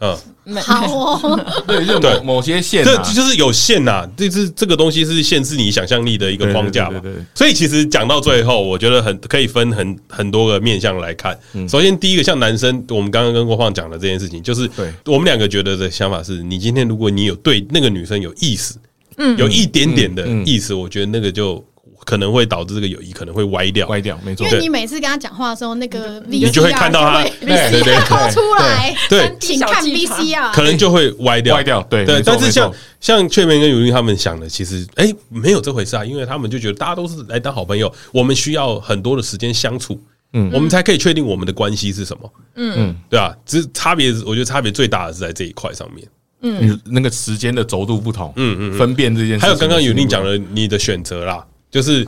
S1: 嗯，
S4: 没，
S3: 好哦，
S2: 对，就
S1: 对
S2: 某某些线
S1: 这
S2: 啊，
S1: 就是有限呐、这是这个东西是限制你想象力的一个框架嘛。
S2: 对对对对对
S1: 所以其实讲到最后，我觉得很可以分很很多个面向来看。
S2: 嗯
S1: 首先第一个，像男生，我们刚刚跟郭放讲的这件事情，就是
S2: 对
S1: 我们两个觉得的想法是，你今天如果你有对那个女生有意思，嗯，有一点点的
S2: 嗯嗯
S1: 意思，我觉得那个就可能会导致这个友谊可能会歪掉。
S2: 歪掉，没错
S3: 因，
S1: 对
S3: 为你每次跟他讲话的时候，那个 VCR
S4: 嗯
S1: 你就会看到他
S3: 就会
S2: 对 对对
S3: VCR 抠出来，
S1: 对
S4: 三 D
S3: 请
S4: 小
S3: 看
S4: 技巧
S3: VCR，
S1: 可能就会歪掉，
S2: 歪掉对
S1: 对
S2: 没。错
S1: 但是
S2: 没错
S1: 像像雀梅跟雨林他们想的，其实哎、没有这回事啊，因为他们就觉得大家都是来当好朋友，我们需要很多的时间相处，嗯，我们才可以确定我们的关系是什么，嗯，对啊，只是差别，我觉得差别最大的是在这一块上面。
S2: 嗯，那个时间的轴度不同，嗯嗯，分辨这件事情，
S1: 还有刚刚雨林讲，的，你的选择啦，就是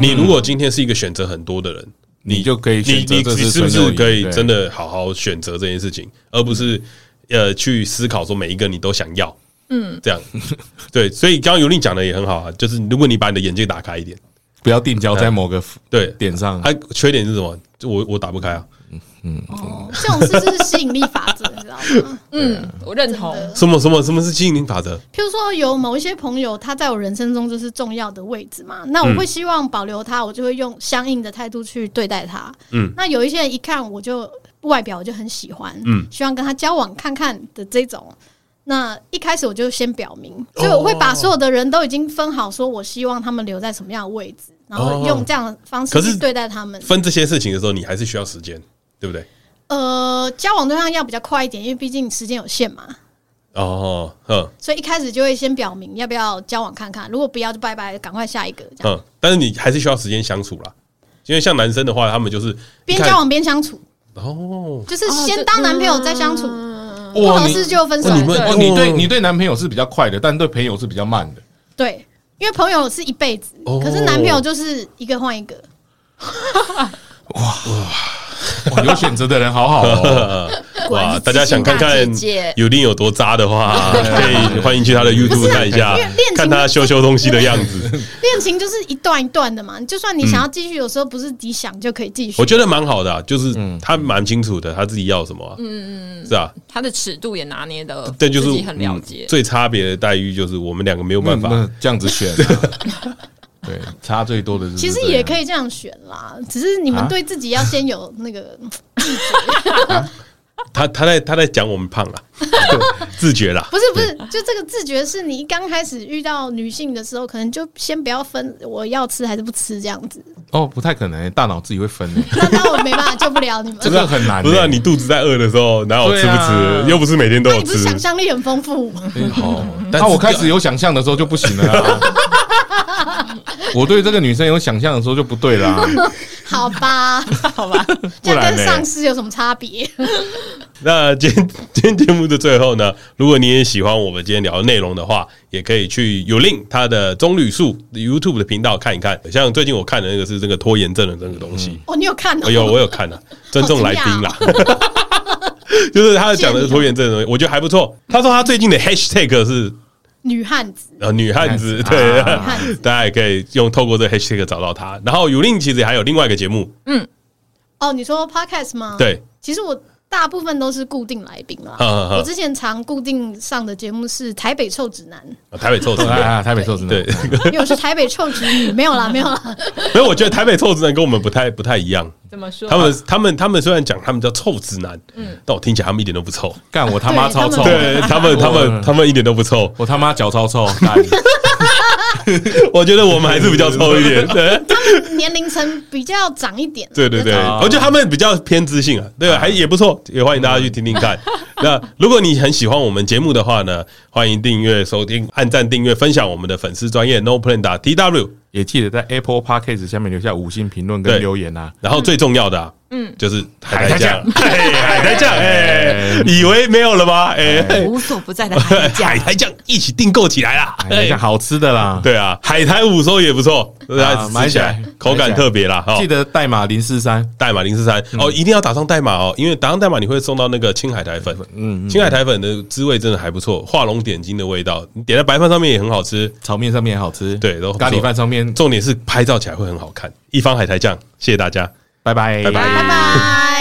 S1: 你如果今天是一个选择很多的人。
S2: 你就可以
S1: 你
S2: 选择
S1: 你
S2: 这
S1: 你是不
S2: 纯友
S1: 是
S2: 谊
S1: 可以
S2: 对嗯
S1: 真的好好选择这件事情，而不是呃去思考说每一个你都想要，嗯，这样对。所以刚刚尤令讲的也很好啊，就是如果你把你的眼界打开一点，
S2: 不要定焦在某个
S1: 对，哎
S2: 点上，
S1: 它缺点是什么？就我我打不开啊，
S3: 哦这种事就是吸引力法则，你知道吗？
S4: 嗯，我认同。
S3: 真的
S1: 什么什么什么是吸引力法则？
S3: 譬如说，有某一些朋友，他在我人生中就是重要的位置嘛，
S1: 嗯
S3: 那我会希望保留他，我就会用相应的态度去对待他。
S1: 嗯，
S3: 那有一些人一看我就外表我就很喜欢，
S1: 嗯
S3: 希望跟他交往看看的这种。那一开始我就先表明，
S1: 哦
S3: 所以我会把所有的人都已经分好，说我希望他们留在什么样的位置，然后用这样的方
S1: 哦可
S3: 式
S1: 是
S3: 去对待他们。
S1: 分这些事情的时候，你还是需要时间，对不对？
S3: 呃，交往对象要比较快一点，因为毕竟时间有限嘛。
S1: 哦，哼
S3: 所以一开始就会先表明要不要交往看看，如果不要就拜拜，赶快下一个这
S1: 哼，
S3: 样。
S1: 嗯但是你还是需要时间相处啦。因为像男生的话，他们就是
S3: 边
S1: 一看
S3: 交往边相处，
S1: 哦，
S3: 就是
S4: 哦
S3: 先
S4: 这
S3: 当男朋友再相处，
S4: 嗯
S3: 不合适就分手
S1: 哇。你们
S4: 对
S2: 哦，你对
S1: 哦
S2: 你对男朋友是比较快的，但对朋友是比较慢的。
S3: 对，因为朋友是一辈子，
S1: 哦
S3: 可是男朋友就是一个换一个。
S2: 哇哦有选择的人好好 哦，
S3: 果然
S1: 哇，
S3: 是
S1: 大家想看看
S4: 自信大姐姐
S1: 有令有多渣的话，可以欢迎去他的 YouTube 看一下
S3: 因为恋，情
S1: 看他修修东西的样子，
S3: 恋情就是一段一段的嘛，就算你想要继续，有时候不是你想就可以继续。
S1: 嗯我觉得蛮好的、啊，就是
S2: 嗯
S1: 他蛮清楚的，他自己要什么、啊，嗯嗯，是啊，
S4: 他的尺度也拿捏的，
S1: 这就是
S4: 自己很了解
S1: 嗯。最差别的待遇就是我们两个没有
S2: 那
S1: 办法
S2: 那这样子选啊， 对，差最多的就是
S3: 其实
S1: 啊
S3: 也可
S2: 以
S3: 以这样选啦，只是你们
S2: 啊
S3: 对自己要先有那个，
S1: 他他在他在讲我们胖 了，自觉啦，
S3: 不是不是，就这个自觉是你一刚开始遇到女性的时候，可能就先不要分我要吃还是不吃这样子，
S2: 哦，不太可能，大脑自己会分欸，
S3: 那那我没办法救不了你 们。
S2: 这个很难欸，
S1: 啊不是、啊、你肚子在饿的时候，哪有吃
S2: 对
S1: 不
S2: 啊
S1: 吃？又不是每天都
S3: 那
S1: 有
S3: 你不是
S1: 吃。
S3: 想象力很丰富？
S2: 哎
S1: 好，
S2: 那啊我开始有想象的时候就不行了 啊。我对这个女生有想象的时候就不 对啦，啊
S3: 好吧，
S4: 好吧，
S3: 这
S2: 不然
S3: 样
S2: 呢
S3: 跟上司有什么差别？
S1: 那今天今天节目的最后呢，如果你也喜欢我们今天聊的内容的话，也可以去有 link 它的棕榈树 YouTube 的频道看一看。像最近我看的那个是这个拖延症的这个东西，
S2: 嗯
S3: 哦，你有看、哦？
S1: 哎呦，我有看啊，尊重来宾 啦。就是他讲的是拖延症的东西，我觉得还不错。他说他最近的 Hashtag 是
S3: 女汉子，
S1: 呃女汉子，
S2: 女汉子
S1: 对，
S2: 啊
S3: 女汉子
S1: 大家也可以用透过这个 Hashtag 找到他。然后有 link 其实还有另外一个节目，
S3: 哦，你说 podcast 吗？，
S1: 对，
S3: 其实我大部分都是固定来宾 啦。
S1: 呵呵呵
S3: 我之前常固定上的节目是台北臭直男，
S1: 台北臭直
S2: 啊
S1: 男。
S2: 啊台北瘦子
S1: 对，
S3: 因为我是台北臭直女，没有啦，没有啦，
S1: 没有，我觉得台北臭直男跟我们不太不太一样。
S4: 怎么说？
S1: 他们他们他们虽然讲他们叫臭直男，但我听起来他们一点都不臭。
S2: 干我他妈
S3: 对
S2: 超
S3: 他们
S2: 臭，
S1: 对他们他们他们一点都不臭，
S2: 我他妈脚超臭，干
S1: 我觉得我们还是比较臭一点。 对。
S3: 年龄层比较长一点。
S1: 对对对，
S2: 啊
S1: 我觉得他们比较偏知性啊，对，还也不错，也欢迎大家去听听 看。那如果你很喜欢我们节目的话呢，欢迎订阅、收听、按赞、订阅、分享我们的粉丝专业 No Plan 打 T W。
S2: 也记得在 Apple Podcast 下面留下五星评论
S1: 对
S2: 跟留言啊。
S1: 然后最重要的、啊，嗯，就是海苔 酱， 哎海苔酱，哎
S2: 哎，
S1: 以为没有了吗？哎，
S4: 无所不在的海
S1: 海 苔酱一起订购起来啊啦！
S2: 哎等一下好吃的啦，
S1: 对啊，海苔五收也不错，大家
S2: 买
S1: 啊吃起
S2: 起来
S1: 来口感特别啦，哦
S2: 记得代码零四三，
S1: 代码零四三哦，一定要打上代码哦，因为打上代码你会送到那个青海苔粉，嗯，青海苔粉的滋味真的还不错，画龙点睛的味道，你点在白饭上面也很好吃，
S2: 炒面上面也好吃，
S1: 对都不错
S2: 咖喱饭上面，
S1: 重点是拍照起来会很好看。一方海苔酱，谢谢大家。
S2: 拜拜
S1: 拜拜
S3: 拜拜。